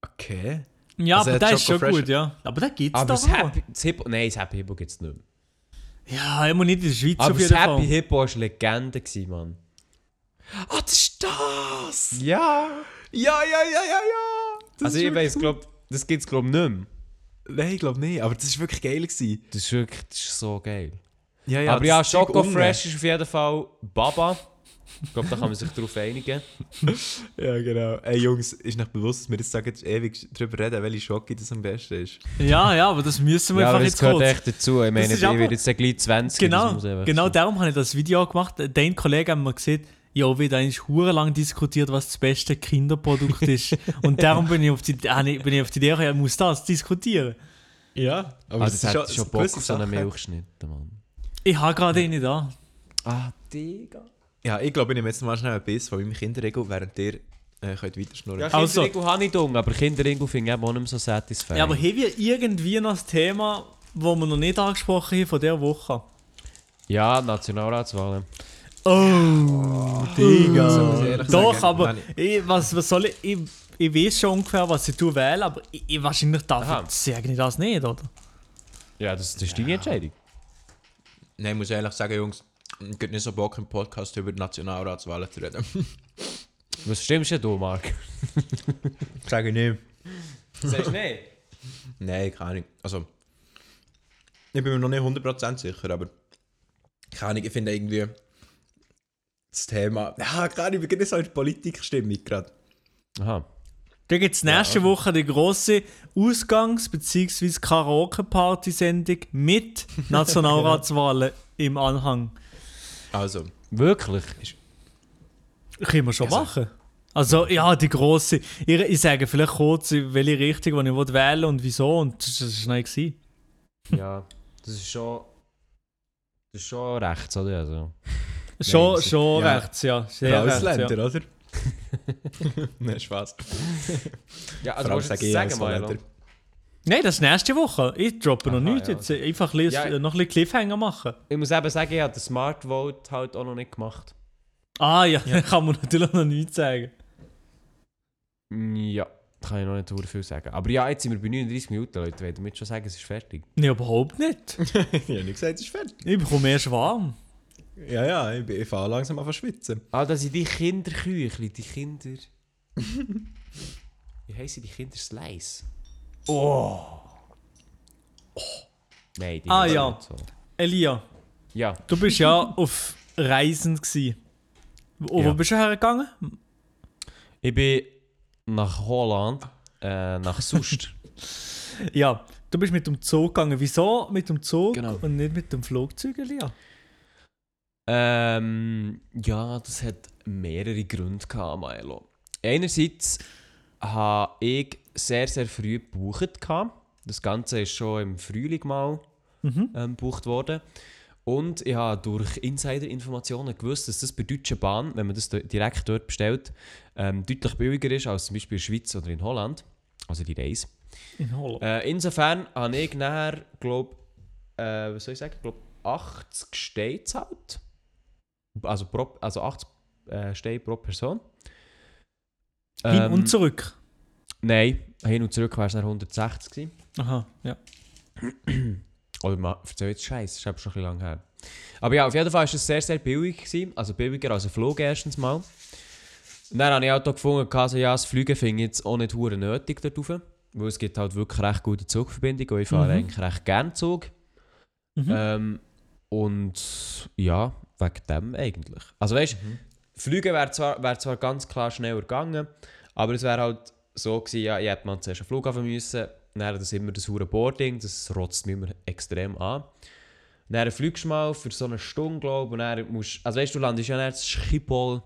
S2: Okay.
S3: ja
S2: Also
S3: aber
S2: der
S3: der ist schon
S2: Choco
S3: gut,
S2: Fresh-
S3: ja. Aber der gibt's
S4: Aber
S3: doch
S4: das
S3: noch.
S4: Ah, dus Happy, das Hippo, nein, das Happy Hippo gibt's nicht mehr.
S3: Ja, immer nicht in der Schweiz
S4: Aber
S3: auf
S4: das
S3: jeden
S4: Ah, dus Happy
S3: Fall.
S4: Hippo war eine Legende, gewesen, Mann.
S2: Ah, das ist das!
S4: Ja.
S2: Ja, ja, ja, ja, ja! Das
S4: Also
S2: ist
S4: ich
S2: wirklich
S4: weiß, glaub, das gibt's glaube ich nicht mehr.
S2: Nein, ich glaube nicht, aber das war wirklich geil. Gewesen.
S4: Das ist wirklich das ist so geil.
S2: Ja,
S4: Aber ja,
S2: das Zeug
S4: Choco
S2: unten.
S4: Fresh ist auf jeden Fall Baba. Ich glaube, da kann man sich drauf einigen.
S2: Ja, genau. Ey, Jungs, ist nicht bewusst, dass wir jetzt sagen, jetzt ewig drüber reden, welche Schocke das am besten ist.
S3: Ja, ja, aber das müssen wir
S4: Ja,
S3: einfach
S4: aber
S3: jetzt
S4: es gehört
S3: kurz.
S4: echt dazu. Ich meine,
S3: ist
S4: ich
S3: aber-
S4: werde jetzt gleich 20. das
S3: Genau,
S4: muss einfach
S3: genau
S4: sein.
S3: darum habe ich das Video auch gemacht. Dein Kollege hat mir gesagt, ja, wir haben eigentlich lang diskutiert, was das beste Kinderprodukt ist. Und darum bin ich auf die, habe ich- bin ich auf die Idee gekommen, ich muss das diskutieren.
S2: Ja, aber
S4: Also, das hat schon Bock auf so einen
S2: Milch.
S4: Milchschnitt, Mann.
S3: Ich habe gerade ihn nicht da.
S4: Ah, Digga.
S2: Ja, ich glaube, ich nehme jetzt mal schnell ein Biss von meinem Kinderregel, während ihr äh, könnt weiterschnurren
S4: Ja,
S2: könnt.
S3: Also-
S4: Kinderregel also, habe ich dumm, aber Kinderregel finde ich eben auch nicht mehr so satisfying.
S3: Ja, aber haben wir irgendwie noch das Thema, das wir noch nicht angesprochen haben von dieser Woche?
S4: ja Nationalratswahlen.
S3: Oh, Digga.
S2: ich ehrlich
S3: Doch,
S2: sagen,
S3: aber
S2: nein,
S3: ich, was, was soll ich, ich... Ich weiß schon ungefähr, was ich tue, wähle, aber ich, ich wahrscheinlich darf
S4: Aha.
S3: ich sagen ich das nicht, oder?
S4: Ja, dus das, das ist deine Entscheidung.
S2: Nein, ich muss ehrlich sagen, Jungs, es gibt nicht so Bock im Podcast über die Nationalratswahlen zu reden.
S4: Was stimmst denn du, Marc?
S2: Sage ich nicht.
S4: Sagst du nein?
S2: Nein, keine Ahnung. Also, ich bin mir noch nicht 100% sicher, aber keine Ahnung, ich finde irgendwie das Thema. Ja, keine Ahnung, wir gehen nicht so in die Politikstimmung gerade.
S4: Aha.
S3: Da gibt es nächste Woche die grosse Ausgangs- bzw. Karaoke-Party-Sendung mit Nationalratswahlen im Anhang.
S2: Also,
S4: Wirklich?
S3: Können wir schon machen. Also ja, die grosse. Ich, ich sage vielleicht kurz, in welche Richtung die ich will wählen und wieso. Und das das war nicht. gewesen.
S4: ja, das ist schon. Das ist schon rechts, oder? Also.
S3: Schon,
S2: das ist-
S3: schon
S2: ja.
S3: rechts, ja.
S2: für
S3: Sehr rechts,
S2: Ausländer,
S3: ja.
S2: oder? Nein, Spaß.
S4: Ja,
S2: Vor
S4: also,
S2: allem
S4: was
S2: sage
S4: sage
S2: ich
S4: sagen,
S2: als
S4: Milo?
S2: Holländer.
S3: Nein, das ist nächste Woche. Ich droppe noch
S4: Aha,
S3: nichts.
S4: ja.
S3: Jetzt einfach lis-
S4: Ja.
S3: noch ein bisschen Cliffhanger machen.
S4: Ich muss eben sagen, ich habe den Smart Vote halt auch noch nicht gemacht.
S3: Ah ja, kann man natürlich noch nichts sagen.
S4: Ja, kann ich noch nicht sehr viel sagen. Aber ja, jetzt sind wir bei 39 Minuten, Leute. Ich will damit schon sagen, es ist fertig.
S3: Nein, überhaupt nicht.
S2: ich habe nicht gesagt, es ist fertig.
S3: Ich bekomme erst warm.
S2: Ja, ja, ich, bin- ich fange langsam an zu schwitzen.
S4: Ah, das sind die Kinderküchli, die Kinder... Wie heissen die Kinder? Slice? Oh! Nein, die
S3: Ah,
S4: heissen
S3: ja.
S4: nicht so.
S3: Elia.
S4: Ja,
S3: Du bist ja auf Reisen gsi. Wo,
S4: Ja.
S3: wo bist du hergegangen?
S4: ich bin nach Holland, äh, nach Sust.
S3: Ja, du bist mit dem Zug gegangen. Wieso mit dem Zug
S4: Genau.
S3: und nicht mit dem Flugzeug, Elia?
S4: Ähm, ja, das hat mehrere Gründe gehabt, Milo. Einerseits habe ich sehr, sehr früh gebucht. gehabt. Das Ganze ist schon im Frühling mal ähm, gebucht worden. Und ich habe durch Insider-Informationen gewusst, dass das bei Deutsche Bahn, wenn man das do- direkt dort bestellt, ähm, deutlich billiger ist als zum Beispiel in der Schweiz oder in Holland. Also die Reise.
S3: In Holland.
S4: Äh, insofern habe ich nachher, glaube äh, was soll ich sagen, glaub 80 Steine gezahlt. Also, pro, also 80 äh, Steine pro Person.
S3: Hin
S4: Ähm,
S3: und zurück.
S4: Nein, hin und zurück wäre es nachher 160 gewesen.
S3: Aha, ja.
S4: Oder man erzähl jetzt Scheiß, ist eben schon ein bisschen lang her. Aber ja, auf jeden Fall war es sehr, sehr billig. Gewesen. Also billiger als ein Flug erstens mal. Und dann habe ich halt auch gefunden, gehabt, so, ja, das Fliegen finde ich jetzt auch nicht hure nötig dort rauf. Weil es gibt halt wirklich recht gute Zugverbindungen und ich fahre
S3: Mhm.
S4: eigentlich recht gerne Zug.
S3: Mhm.
S4: Ähm, und ja, wegen dem eigentlich. Also weißt
S3: Mhm.
S4: du, Fliegen wäre zwar, wär zwar ganz klar schneller gegangen, aber es wäre halt so gewesen, ja, ich hätte mal zuerst einen Flughafen müssen, dann das immer das hure Boarding, das rotzt mich immer extrem an. Dann fliegst du mal für so eine Stunde, glaube ich, und dann musst also weißt du, du landest ja dann in Schiphol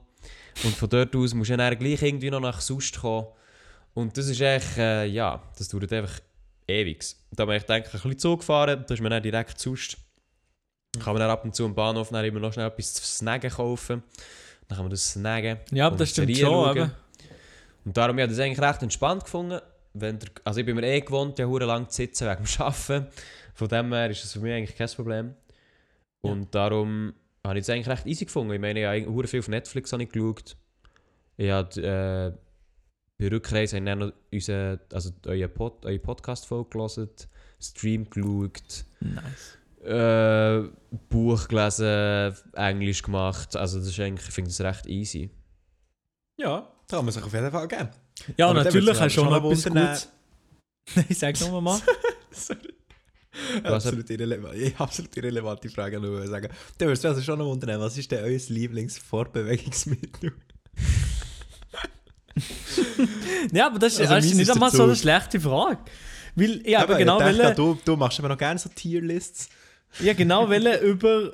S4: und von dort aus musst du ja dann gleich irgendwie noch nach Sust kommen. Und das ist echt, äh, ja, das dauert einfach ewig. Da bin ich, denke ich, ein bisschen Zug gefahren, da ist man dann direkt Sust. Kann man dann ab und zu am Bahnhof dann immer noch schnell etwas zu snacken kaufen. Dann kann man das snacken.
S3: Ja, aber
S4: und
S3: das stimmt
S4: Serien
S3: schon.
S4: schauen.
S3: Eben.
S4: Und darum habe ich das eigentlich recht entspannt gefunden. Wenn der, also ich bin mir eh gewohnt, ja hure lang zu sitzen wegen dem Arbeiten. Von dem her ist das für mich eigentlich kein Problem. Und darum habe ich es eigentlich recht easy gefunden. Ich meine, ich habe hure viel auf Netflix habe ich geschaut. Ich habe, äh, bei Rückreise habe ich dann noch unseren, also eure, Pod, eure Podcast-Folge gelesen, Stream geschaut,
S3: Nice.
S4: äh, Buch gelesen, Englisch gemacht. Also das ist eigentlich, ich finde das recht easy.
S2: Ja, das kann man sich auf jeden Fall geben.
S3: Ja,
S2: Aber dann
S3: natürlich
S2: wird's
S3: hast du
S2: ja
S3: auch noch
S2: schon
S3: etwas
S2: wundern-
S3: Gutes. Nein, sag nochmal mal.
S4: Was hab-
S2: absolut, irrelevant, ich- absolut irrelevante Frage, nur wollte sagen. Dann würdest du also schon noch wundern, was ist denn euer Lieblingsfortbewegungsmittel?
S3: Ja, aber das ist,
S2: Also meins
S3: das ist nicht
S2: ist
S3: einmal
S2: der
S3: so eine
S2: Zug.
S3: schlechte Frage. Weil ich aber
S2: Eben,
S3: genau
S2: ich dachte,
S3: wollte
S2: du, du machst aber noch gerne so Tierlists.
S3: ja, genau wollte über.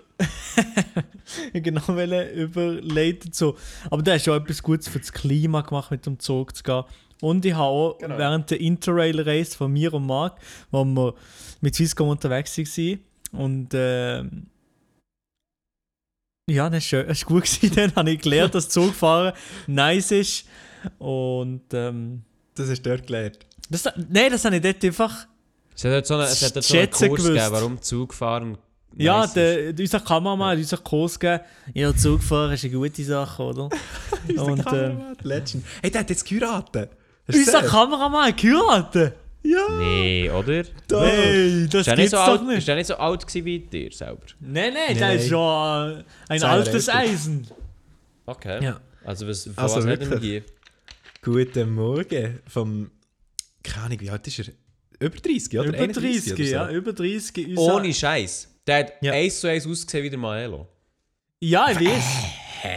S3: ich genau wollte überleiten. So. Aber da hast du auch etwas Gutes für das Klima gemacht, mit dem Zug zu gehen. Und ich habe auch
S2: Genau.
S3: während der Interrail-Race von mir und Marc, wo wir mit Swisscom unterwegs waren, und ähm, ja, das war das ist gut. Gewesen. Dann habe ich gelernt, dass Zugfahren nice ist. Und ähm,
S2: Das hast du dort gelernt.
S3: Das, nein, das habe ich dort einfach.
S4: Es hat dort so einen, es
S3: Zu
S4: hat dort so einen
S3: schätzen
S4: Kurs
S3: gewusst.
S4: gegeben, warum Zugfahren nice
S3: ja,
S4: ist.
S3: der, unser Kameramann hat uns einen Kurs gegeben. Ja, Zugfahren ist eine gute Sache, oder? Und, ähm,
S2: Kamerad, Legend. Hey, der hat jetzt geheiratet. Hast du
S3: unser
S2: gesehen?
S3: Kameramann hat geheiratet!
S2: Ja,
S4: Nee, oder?
S2: da.
S3: Hey, das
S4: Ist er nicht,
S3: gibt's
S4: so
S3: doch
S4: alt, ist
S3: nicht.
S4: er nicht so alt gewesen wie dir selber?
S3: Nein, nein,
S2: Nein.
S3: der ist schon äh, ein
S2: Sei
S3: altes
S2: richtig.
S3: Eisen.
S4: Okay.
S3: Ja.
S4: Also, was, von
S2: Also
S4: was reden wir hier?
S2: wirklich? Guten Morgen vom... Keine Ahnung, wie alt ist er? Über 30, oder?
S3: Über
S2: 31
S3: 30,
S2: oder so.
S3: ja, über 30. unser-
S4: Ohne Scheiß. Der hat
S3: Ja.
S4: eins zu eins ausgesehen wie der Maelo.
S3: Ja, ich weiß.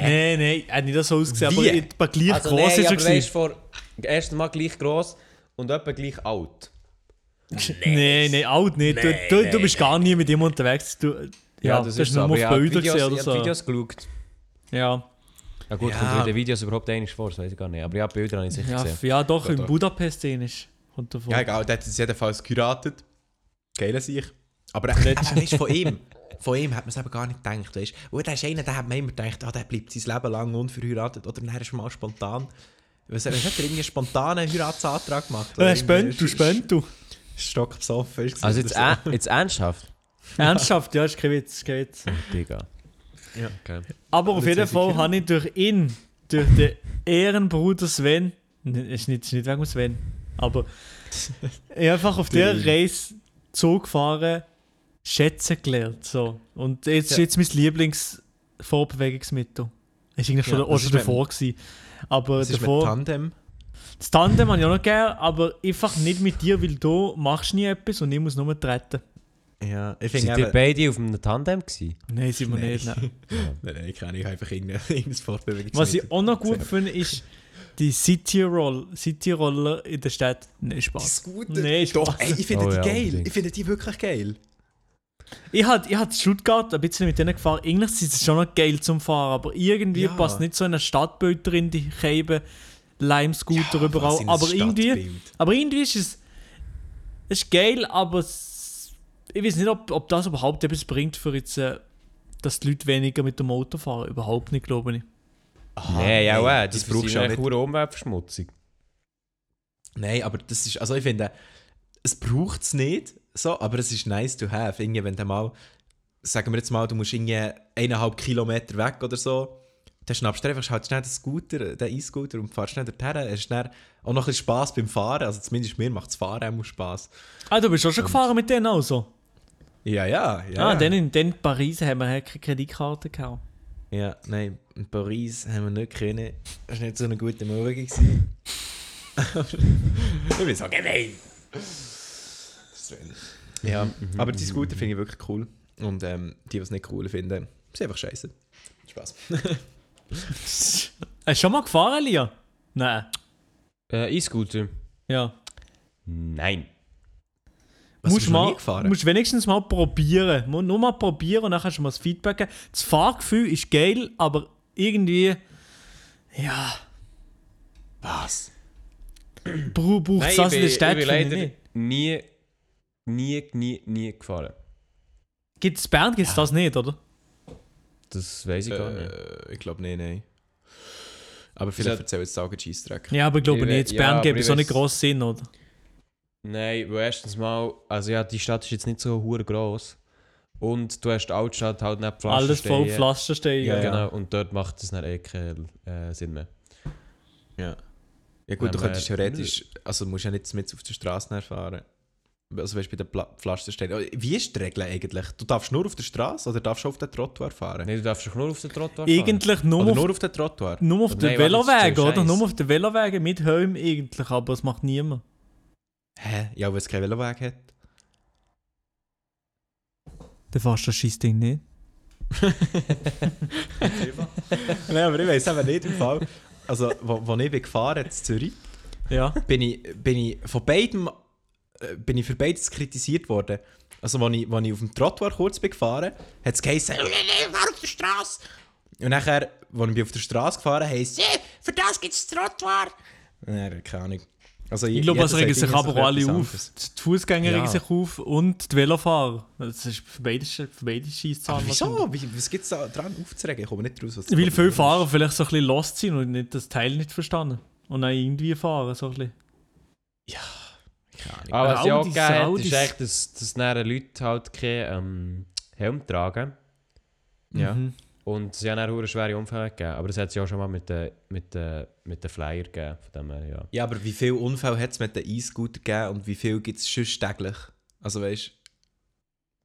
S3: Nein, nein, hat nicht das so ausgesehen,
S2: Wie?
S3: aber ich war gleich
S4: Also,
S3: groß.
S4: nee,
S3: ist er
S4: aber er ist
S3: gewesen.
S4: vor ersten Mal gleich gross und etwa gleich alt.
S3: Nein, nein, alt nicht. Du, du, du bist gar nie mit ihm unterwegs. Du, ja, das, ist nur
S4: aber
S3: auf
S4: ich habe
S3: Bildern
S4: Videos,
S3: gesehen
S4: ich
S3: oder
S4: habe
S3: so.
S4: Videos geschaut.
S3: Ja.
S4: Ja gut,
S2: Ja.
S4: kommt in den Videos überhaupt einiges vor, das weiß ich gar nicht. Aber ja, Bilder habe ich sicher
S3: Ja,
S4: gesehen.
S3: f- ja, doch, in
S2: doch.
S3: Budapest ist. Kommt davon.
S2: Ja, egal, der hat jetzt jedenfalls geheiratet. Geil an sich. Aber er ist von ihm. Von ihm hat man es eben gar nicht gedacht, weißt du? Und der ist einer, der hat man immer gedacht, ah, der bleibt sein Leben lang unverheiratet. Oder dann ist er mal spontan. Was, was hat er irgendwie einen spontanen Heiratsantrag gemacht?
S3: Äh, spend du,
S2: spend
S3: spend du.
S2: Stock besoffen ist.
S4: Also, jetzt, äh, jetzt ernsthaft?
S3: Ernsthaft, ja, ist kein Witz, ist kein Witz.
S4: Digga.
S2: Ja.
S4: Okay.
S3: Aber
S2: Und
S3: auf
S2: jetzt genau.
S3: jeden
S2: hat sie
S3: Fall
S2: gehört.
S3: habe ich durch ihn, durch den Ehrenbruder Sven, ne, ist nicht, ist nicht wegen dem Sven, aber ich habe einfach auf
S2: Durch
S3: der Reise Zug gefahren, schätzen gelernt. So. Und jetzt ist
S2: Ja.
S3: jetzt mein Lieblingsvorbewegungsmittel. Ist eigentlich schon,
S2: Ja,
S3: auch
S2: das
S3: schon
S2: ist mit-
S3: davor gewesen. Aber
S2: Das ist mit
S3: davor,
S2: Tandem.
S3: das Tandem habe ich auch noch gerne, aber einfach nicht mit dir, weil du machst nie etwas und ich muss nur treten.
S2: Ja, ich finde
S4: Seid ihr
S2: eben...
S4: beide auf einem Tandem gewesen?
S3: Nein, sind wir nicht. Nein.
S2: Nein, nein, ich kann ich einfach irgendein, irgendein Fortbewegungsmittel.
S3: Was ich auch noch gut
S2: gesehen.
S3: finde, ist die City-Roll, City-Roller in der Stadt. Nein, Spaß.
S2: Scooter.
S3: Nee, Spaß.
S2: Doch, ey, ich finde
S4: Oh
S2: die
S4: ja,
S2: geil.
S4: unbedingt.
S2: Ich finde die wirklich geil.
S3: Ich hatte ich hat Stuttgart ein bisschen mit denen gefahren. Eigentlich sind sie schon noch geil zum Fahren, aber irgendwie
S2: Ja.
S3: passt nicht so in einer Stadtbild drin, die Käben. Lime-Scooter
S2: Ah,
S3: überall. Aber irgendwie, aber irgendwie ist es, es ist geil, aber es, ich weiß nicht, ob, ob das überhaupt etwas bringt, für jetzt, äh, dass die Leute weniger mit dem Auto fahren. Überhaupt nicht, glaube ich.
S4: Ah, Nein, ja,
S2: Ah, nein,
S4: auch, das
S2: das brauchst
S4: brauchst
S2: du
S4: ja
S2: ja
S4: nicht.
S2: nicht.
S4: Pure Umweltverschmutzung.
S2: Nein, aber das ist, also ich finde, es braucht es nicht, so, aber es ist nice to have. Irgendwie, wenn du mal, sagen wir jetzt mal, du musst irgendwie eineinhalb Kilometer weg oder so, dann schnappst du dir einfach halt schnell den Scooter, den E-Scooter und fährst schnell dorthin. Es ist dann auch noch ein bisschen Spass beim Fahren, also zumindest mir macht das Fahren auch Spass.
S3: Ah, du bist auch schon gefahren mit denen, also?
S2: Ja, ja, ja.
S3: ah,
S2: ja.
S3: dann in, dann in Paris haben wir ja keine Kreditkarte gehabt.
S2: Ja, nein, in Paris haben wir nicht können. Das war nicht so ein guter Morgen. gewesen. ich bin so gemein. Ja, Mhm. aber die Scooter finde ich wirklich cool. Und ähm, die, die es nicht cool finden, sind einfach scheiße. Spaß.
S3: Hast du schon mal gefahren, Lia? Nein.
S4: Äh, E-Scooter?
S3: Ja.
S4: Nein.
S2: Was,
S3: musst
S2: bist du noch nie gefahren?
S3: musst wenigstens mal probieren. Mu- Nur mal probieren und dann kannst du mal das Feedback geben. Das Fahrgefühl ist geil, aber irgendwie. Ja.
S2: Was?
S3: Bra braucht es
S4: ich
S3: das in
S4: bin-
S3: der
S4: ich
S3: Stadt?
S4: bin
S3: finde ich
S4: leider
S3: nicht.
S4: nie, nie, nie, nie gefahren.
S3: Gibt es Bern, gibt es das nicht, oder?
S4: Das weiß ich gar nicht.
S2: Äh, ich glaube, nein, nein. Aber vielleicht
S4: Wieso?
S2: erzähl jetzt sagen Cheese-Track.
S3: Ja, aber ich glaube
S4: Ich we-
S3: nicht. In
S4: ja,
S3: Bern
S4: aber
S3: gäbe
S4: ich
S3: es auch nicht
S4: weiss-
S3: grossen Sinn, oder?
S4: Äh, Nein, weil erstens mal, also ja, die Stadt ist jetzt nicht so hure groß und du hast die Altstadt halt nicht Flaschen
S3: Alles voll
S4: stehen.
S3: Pflaster stehen. Ja,
S4: Ja, genau. Und dort macht es dann eh keinen äh, Sinn mehr.
S2: Ja. Ja gut,
S4: Wenn
S2: du könntest
S4: man-
S2: theoretisch, also du musst ja nicht mit auf der Straße fahren. Also weißt du, bei den Pla- Pflasterstellen. Wie ist die Regel eigentlich? Du darfst nur auf der Straße oder darfst du auf den Trottoir fahren?
S4: Nein, du darfst doch nur auf den Trottoir fahren.
S3: Eigentlich nur
S2: Oder
S3: auf,
S2: nur auf den Trottoir?
S3: nur auf
S4: Nein,
S3: den
S4: warte, das ist
S3: Velowegen,
S4: so
S3: oder?
S4: scheiss.
S3: Nur auf den Velowegen mit Helm eigentlich, aber das macht niemand.
S2: Hä? Ja, weil es keinen Veloweg hat.
S3: Dann fährst du das Scheißding nicht.
S2: Nein, aber ich weiß eben nicht im Fall. Also, wo, wo ich bin gefahren in Zürich,
S3: Ja.
S2: bin ich, bin ich von beidem, äh, bin ich für beides kritisiert worden. Also, als ich, als ich auf dem Trottoir kurz bin gefahren hat es geheißen, nein, nein, fahr auf der Straße. Und nachher, als ich bin auf der Straße gefahren bin, heisst es, «Ja, für das gibt es Trottoir. Nein, keine Ahnung. Also,
S3: Ich glaube,
S2: jeder
S3: das
S2: sagt
S3: regen sich
S2: irgendwie
S3: aber
S2: so
S3: auch alle
S2: etwas
S3: auf.
S2: anderes.
S3: Die Fußgänger
S2: Ja.
S3: regen sich auf und die Velofahrer. Das ist für beide, für beide Scheißzahlen.
S2: Aber wieso? Wie- Was gibt es da dran aufzuregen? Ich komme nicht raus. Was das
S3: Weil viele
S2: Problem ist.
S3: Fahrer vielleicht so ein bisschen lost sind und nicht das Teil nicht verstanden. Und dann irgendwie fahren, so ein bisschen.
S2: Keine Ahnung.
S4: Aber Ah, was ja auch
S3: Audis,
S4: gegeben hat,
S3: Audis.
S4: ist echt, dass, dass dann Leute halt keinen ähm, Helm tragen.
S2: Ja.
S3: Mhm.
S4: Und sie haben dann hure schwere Unfälle gegeben. Aber das hat es ja auch schon mal mit den mit den- mit den Flyer gegeben. Von dem her, ja.
S2: Ja, aber wie viele Unfälle hat es mit den E-Scooter gegeben und wie viel gibt es sonst täglich? Also weißt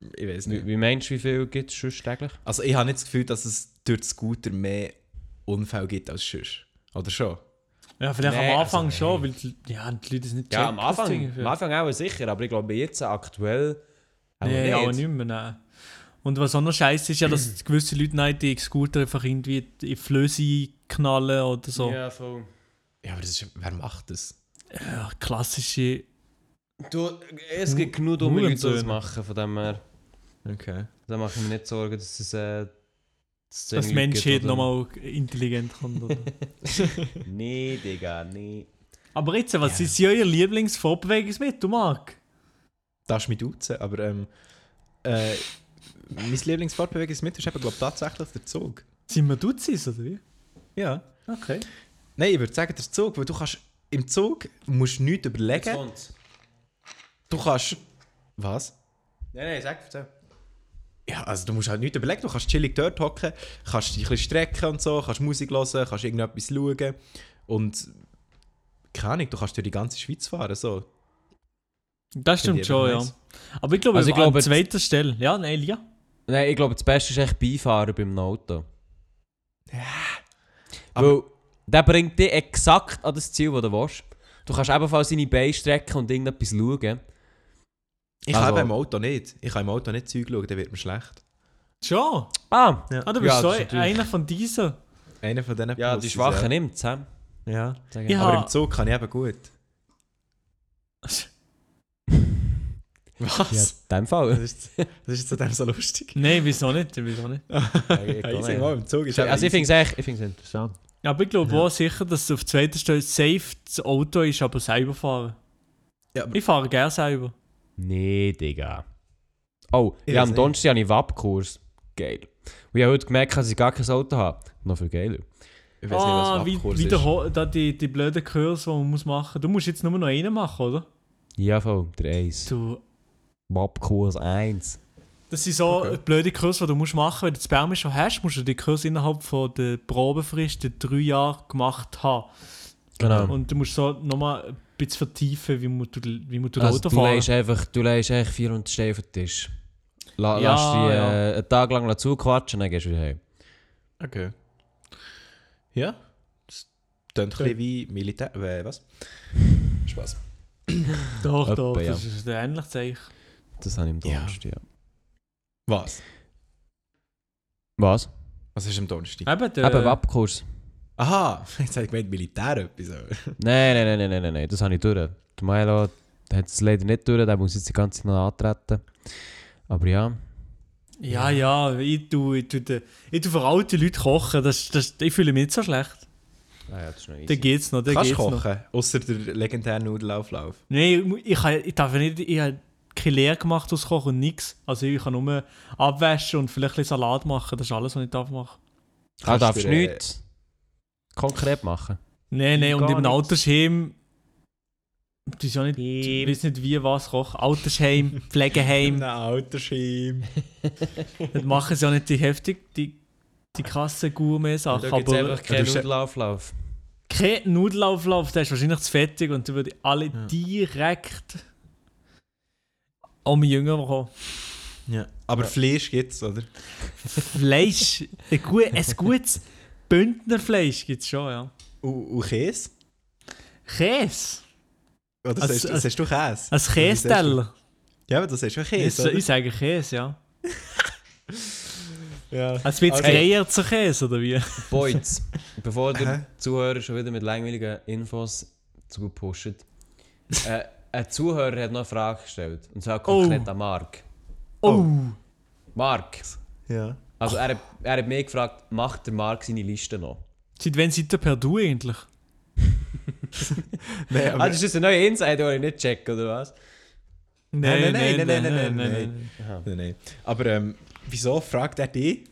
S2: du, ich weiß
S4: Wie,
S2: nicht.
S4: wie meinst du, wie viel gibt es sonst täglich?
S2: Also ich habe nicht das Gefühl, dass es durch die Scooter mehr Unfälle gibt als sonst. Oder schon?
S3: Ja, vielleicht
S4: Nee,
S3: am Anfang
S4: also,
S3: schon, weil die, ja, die Leute es nicht
S4: Ja,
S3: checken,
S4: am
S3: das Ding.
S4: Anfang, am Anfang auch sicher, aber ich glaube jetzt aktuell auch
S3: Nee,
S4: nicht.
S3: aber nicht mehr, nein. Und was auch noch scheiße ist ja, dass gewisse Leute nein, die Scooter einfach irgendwie in die Flöße knallen oder so.
S4: Ja, voll.
S2: Ja, aber das ist, wer macht das?
S3: Ja, klassische.
S4: Du, es gibt genug dumme Leute, die das
S3: Hurensöhne.
S4: machen, von dem her.
S2: Okay.
S4: Da mache ich mir nicht Sorgen, dass es... Äh, dass es
S3: Dass
S4: Leute
S3: Menschheit
S4: gibt, die dann-
S3: nochmal intelligent kommt. Oder?
S4: Nee, Digga, nee.
S3: Aber jetzt, was ist ja euer Lieblingsfortbewegungsmittel, Marc?
S2: Das ist mein Duzen, aber ähm, äh, mein Lieblingsfortbewegungsmittel ist eben, glaube ich, tatsächlich der Zug.
S3: Sind wir Duzis, oder wie?
S2: Ja.
S3: Okay.
S2: Nein, ich würde sagen, der Zug, weil du kannst im Zug musst du nichts
S4: Jetzt
S2: überlegen.
S4: kommt's.
S2: Du kannst... Was?
S4: Nein, nein, sag es
S2: Ja, also du musst halt nichts überlegen, du kannst chillig dort hocken, kannst dich ein bisschen strecken und so, kannst Musik hören, kannst irgendetwas schauen und keine Ahnung, du kannst durch die ganze Schweiz fahren, so. Finde
S3: Das stimmt
S2: ich
S3: schon,
S2: einfach
S3: ja.
S2: nice.
S3: Aber ich glaube,
S4: Also ich
S3: an
S4: glaube,
S3: zweiter Stelle. Ja, nein, Lia.
S4: Nein, ich glaube, das Beste ist echt Beifahren beim Auto.
S2: Aber-
S4: Weil der bringt dich exakt an das Ziel, das du willst. Du kannst ebenfalls deine Beine strecken und irgendetwas schauen.
S2: Ich
S4: Also-
S2: kann eben im Auto nicht, ich kann im Auto nicht Zeug schauen, dann wird mir schlecht.
S3: Schon?
S4: Ah!
S2: Ja,
S3: Ah, du bist
S4: Ja,
S3: so
S4: das ist
S3: einer von diesen.
S2: Einer von denen
S4: Ja, die
S2: Pluses,
S4: Schwachen nimmt's, hä?
S2: Ja. ja.
S4: Sag
S3: Ja.
S2: Aber im Zug kann ich eben gut. Was?
S4: Ja, in dem
S2: Das,
S4: Fall.
S2: ist, das ist zu dem so lustig.
S3: Nein, wieso nicht? Wieso nicht?
S4: Ja, ich-
S2: Ja, ich sag mal, im Zug ist eben
S4: also ich
S2: easy.
S4: finde es echt ich find's interessant.
S3: Ja, aber ich glaube auch sicher, dass auf zweiter Stelle safe das Auto ist, aber selber fahren.
S2: Ja, aber-
S3: ich fahre gerne selber.
S4: Nee, Digga. Oh,
S2: Ich
S4: ja,
S2: weiß
S4: am
S2: nicht.
S4: Donnerstag habe ich WAP-Kurs. Geil. Und ich habe heute gemerkt, dass ich gar kein Auto habe. Noch viel geiler.
S2: Ich weiß
S3: Ah,
S2: nicht, was
S3: wie,
S2: wie,
S3: wie der Ho- da die, die blöden Kurse, die man muss machen muss. Du musst jetzt nur noch einen machen, oder?
S4: Ja, voll, der 1.
S3: Du,
S4: WAP-Kurs 1.
S3: das sind so
S2: Okay.
S3: blöde Kurse, die du musst machen Wenn du das Bärme schon hast, musst du die Kurse innerhalb von der Probefrist der drei Jahre gemacht haben.
S4: Genau.
S3: Und du musst so nochmal ein bisschen vertiefen, wie man, du- wie man du
S4: also,
S3: Auto
S4: du
S3: fahren
S4: leist einfach, du leist eigentlich 400 Steine auf den Tisch. La,
S3: Ja,
S4: lass dich äh,
S3: ja.
S4: einen Tag lang zuquatschen, dann gehst du wieder heim.
S2: Okay. Ja. Das klingt ein bisschen wie Militär. Äh, was? Spaß.
S3: Doch, doch,
S4: äh, Etwa, ja.
S3: das ist ein ähnliches Zeichen.
S4: Das habe ich am
S2: Ja.
S4: Donnerstag, ja.
S2: Was?
S4: Was?
S2: Was ist am Donnerstag?
S3: Eben, der,
S4: Eben WAP-Kurs.
S2: Aha, jetzt habe ich gemeint Militär etwas. aber-
S4: Nein, nein, nein, nein, nein, nein, nein, das habe ich durch. Der Milo hat es leider nicht durch, der muss jetzt die ganze Zeit noch antreten. Aber ja,
S3: äh, Ja, ja, ich tue, ich tue, den- ich tue für alte Leute kochen. Das, das, ich fühle mich nicht so schlecht.
S4: ah, ja das ist noch
S3: Dann geht's noch. Dann
S2: Kannst du
S3: geht's Noch.
S2: kochen? Außer der legendäre Nudelauflauf.
S3: Nein, ich, mu- ich, kann- ich darf ja nicht. Ich habe keine Lehre gemacht aus Kochen und nichts. Also ich kann nur abwaschen und vielleicht ein bisschen Salat machen. Das ist alles, was ich darf machen.
S4: Ah,
S2: Kannst
S4: darfst
S2: du,
S4: du
S2: äh,
S4: nichts konkret machen?
S3: Nein, nein, und
S4: Gar
S3: im
S4: nichts.
S3: Altersheim. Das ist ja nicht. Ich weiß nicht, wie was kochen. Altersheim,
S2: Genau.
S3: Pflegeheim.
S2: Altersheim.
S3: das machen sie ja nicht die heftig, die, die krassen Gourmet-Sachen. Ah, Aber
S2: keinen Ja, du-
S4: Nudelauflauf.
S3: kein Nudelauflauf, der ist wahrscheinlich zu fettig und dann würde ich alle
S2: Ja.
S3: direkt am Jünger kommen.
S2: Ja. Aber Fleisch gibt's, oder?
S3: Fleisch, ein, gu ein gutes Bündnerfleisch gibt es schon, ja.
S2: Und, und Käse?
S3: Käse,
S2: Oder
S3: Also-
S2: sagst, Oh, du-
S3: also-
S2: sagst du Käse?
S3: ein
S2: sagst du?
S3: Kästeller.
S2: Ja, aber du sagst schon
S3: Ich,
S2: Käse.
S3: ich sage Käse, ja.
S2: oder? Ja.
S3: Als wird es
S2: Okay.
S3: Greier zu Käse, oder wie?
S4: Boys, bevor
S2: Hä?
S4: der Zuhörer schon wieder mit langweiligen Infos zupusht, äh, ein Zuhörer hat noch eine Frage gestellt. Und zwar konkret an Mark.
S3: Oh,
S4: Mark,
S2: ja.
S4: also er, hat- er hat mich gefragt, macht der Mark seine Liste noch?
S3: seit wann seid ihr per Du eigentlich?
S2: Nein,
S4: Ah,
S2: aber
S4: das ist jetzt ein neuer Insider, den ich nicht check, oder was?
S2: Nein, nein, nein, nein, nein, Nein, nein. Aber ähm, wieso fragt er dich?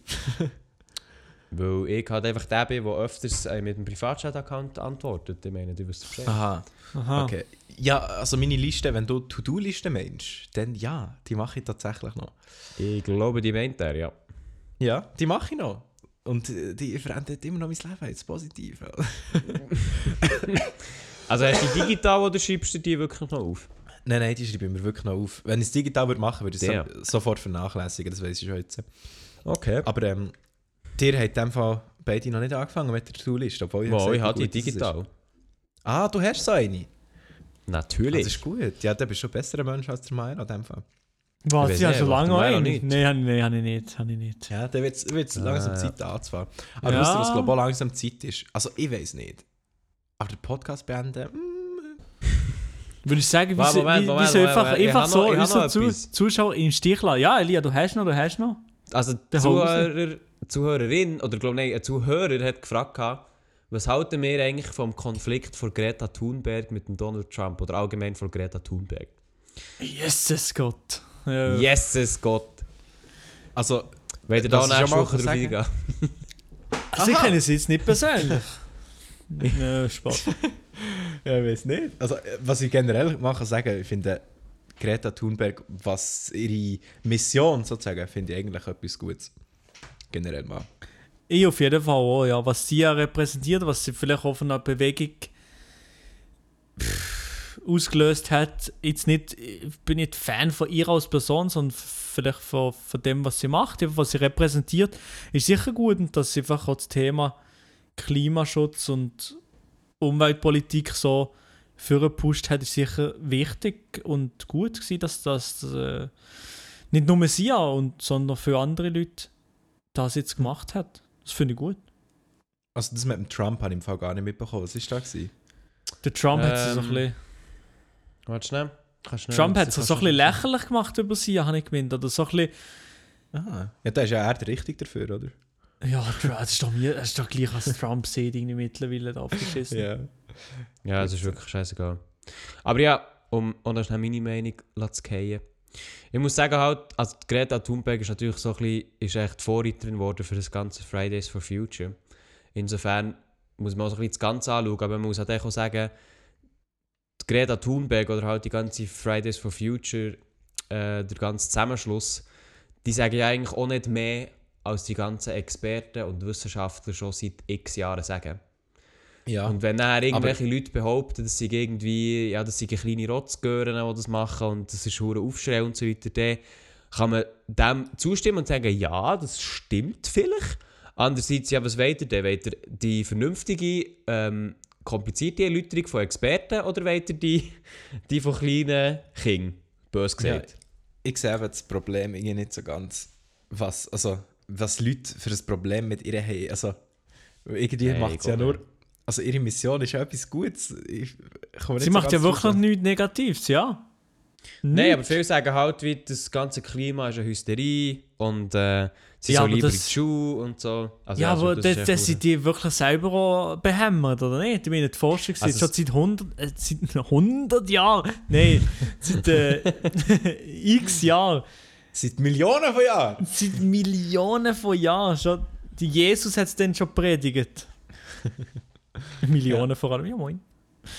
S4: Weil ich halt einfach der bin, der öfters äh, mit dem Privatchat-Account antwortet. Ich meine, du wirst Bescheid.
S2: Aha.
S3: Aha.
S2: Okay. Ja, also meine Liste, wenn du To-Do-Liste meinst, dann ja, die mache ich tatsächlich noch.
S4: Ich glaube, die meint er, ja.
S2: Ja, die mache ich noch. Und äh, die verändert immer noch mein Leben, jetzt positiv.
S4: Also hast du die digital oder schreibst du die wirklich noch auf?
S2: nein, nein, die schreibe ich mir wirklich noch auf. Wenn ich es digital würde machen, würde ich es
S4: Damn.
S2: so, sofort vernachlässigen, das weiß ich schon jetzt.
S4: Okay.
S2: Aber ähm, dir hat in dem Fall beide noch nicht angefangen mit der To-Do-Liste, obwohl ich halt
S4: Wow,
S2: gesagt
S4: ich
S2: habe,
S4: habe die
S2: gut, das ist-
S4: digital.
S2: Ah, du hast so eine?
S4: Natürlich.
S2: Das ist gut. Ja, dann bist du ein besserer Mensch als der Milo in dem Fall.
S3: Was,
S4: Ich
S3: ich
S4: weiß
S3: habe
S4: nicht,
S3: schon
S4: macht
S3: lange
S4: der Milo
S3: einen.
S4: nicht?
S3: Nein, habe ich- nein, habe ich nicht. Habe ich nicht.
S2: Ja, dann wird es langsam Zeit anzufahren. Aber
S3: Ja.
S2: Ah. ja. wisst ihr, was glaube ich auch langsam Zeit ist? Also ich weiß nicht. Aber den Podcast beenden, mm,
S3: Würde ich sagen,
S4: Warte,
S3: wieso
S4: Moment,
S3: wie,
S4: Moment,
S3: wieso
S4: Moment,
S3: einfach,
S4: Moment. Ich
S3: einfach
S4: hab noch-
S3: so
S4: ich hab noch
S3: unsere Zu
S4: etwas.
S3: Zuschauer im Stich lassen? Ja, Elia, du hast noch, du hast noch.
S4: Also
S3: Der
S4: Zuhörer, Zuhörerin, oder glaube nein, ein Zuhörer hat gefragt, gehabt, was halten wir eigentlich vom Konflikt von Greta Thunberg mit dem Donald Trump oder allgemein von Greta Thunberg?
S3: Jesus Gott. Ja.
S4: Jesus Gott!
S2: also
S4: Wollt ihr
S2: Das
S4: da
S2: ist
S4: nächste
S2: ja mal
S4: Woche drauf
S2: sagen.
S4: eingehen?
S3: Sie kennen sie jetzt nicht persönlich. Nein, Spaß.
S2: Ja, ich weiß nicht. Also, äh, was ich generell mache, sagen, ich finde Greta Thunberg, was ihre Mission sozusagen, finde ich eigentlich etwas Gutes. Generell mal.
S3: Ich auf jeden Fall auch, ja. Was sie ja repräsentiert, was sie vielleicht auf einer Bewegung pff, ausgelöst hat. Jetzt nicht, ich bin nicht Fan von ihr als Person, sondern f- vielleicht von, von dem, was sie macht, eben was sie repräsentiert. Ist sicher gut und dass sie einfach auch das Thema Klimaschutz und Umweltpolitik so vorgepusht hat, ist sicher wichtig und gut gewesen, dass das äh, nicht nur sie, auch und, sondern für andere Leute das jetzt gemacht hat. Das finde ich gut.
S2: Also, das mit dem Trump habe ich im Fall gar nicht mitbekommen. Was ist da? Gewesen?
S3: Der Trump hat sie so ein
S4: Ähm,
S3: bisschen,
S4: Warte schnell. Kannst schnell
S3: Trump hat
S4: das
S3: sie
S4: kannst
S3: so ein
S4: du-
S3: bisschen lächerlich gemacht über sie, habe ich gemeint. Oder so ein bisschen,
S2: Aha. Ja, da ist ja er der richtig dafür, oder?
S3: Ja, Trump, das ist doch, mir, das ist doch gleich, was Trump sieht, irgendwie mittlerweile da abgeschissen.
S2: Ja.
S4: Ja, es ist wirklich scheißegal. Aber ja, um auch noch schnell meine Meinung zu fallen. Ich muss sagen, halt, also die Greta Thunberg ist natürlich so ein bisschen, ist echt Vorreiterin worden für das ganze Fridays for Future. Insofern muss man auch so ein bisschen das Ganze anschauen, aber man muss halt echt auch sagen, die Greta Thunberg oder halt die ganze Fridays for Future, äh, der ganze Zusammenschluss, die sagen ja eigentlich auch nicht mehr, als die ganzen Experten und Wissenschaftler schon seit x Jahren sagen.
S2: ja.
S4: Und wenn dann irgendwelche Leute behaupten, dass sie irgendwie, ja, das sind kleine Rotzgören, die das machen und das ist hure Aufschrei und so weiter, dann kann man dem zustimmen und sagen, ja, das stimmt vielleicht. Andererseits, ja, was wollt ihr denn? Wollt ihr die vernünftige, ähm, komplizierte Erläuterung von Experten oder wollt ihr die, die von kleinen Kindern? Bös gesagt.
S2: Ich sehe eben das Problem irgendwie nicht so ganz, was, also, was Leute für ein Problem mit ihr haben. Also, irgendwie
S4: Hey,
S2: macht sie ja
S4: Gott,
S2: nur. Also, ihre Mission ist ja etwas Gutes. Ich, kann mir nicht
S3: Sie
S2: so
S3: macht ja
S2: ganz
S3: wirklich noch
S2: vorstellen.
S3: nichts Negatives, ja?
S4: Nein,
S3: Nichts.
S4: aber viele sagen halt, wie das ganze Klima ist eine Hysterie und äh, sie
S3: Ja,
S4: ja,
S3: aber
S4: soll lieber in
S3: das-
S4: die Schule und so. Also,
S3: ja,
S4: also,
S3: aber
S4: das
S3: das,
S4: ist echt
S3: das sind die wirklich selber auch behämmert, oder nicht? Ich meine, die Forschung sind
S4: Also
S3: schon
S4: es-
S3: seit 100, äh, seit 100 Jahren, nein, seit äh, x Jahren,
S2: Seit Millionen von Jahren!
S3: seit Millionen von Jahren schon. Die Jesus hat es dann schon predigt. Millionen vor allem, ja moin.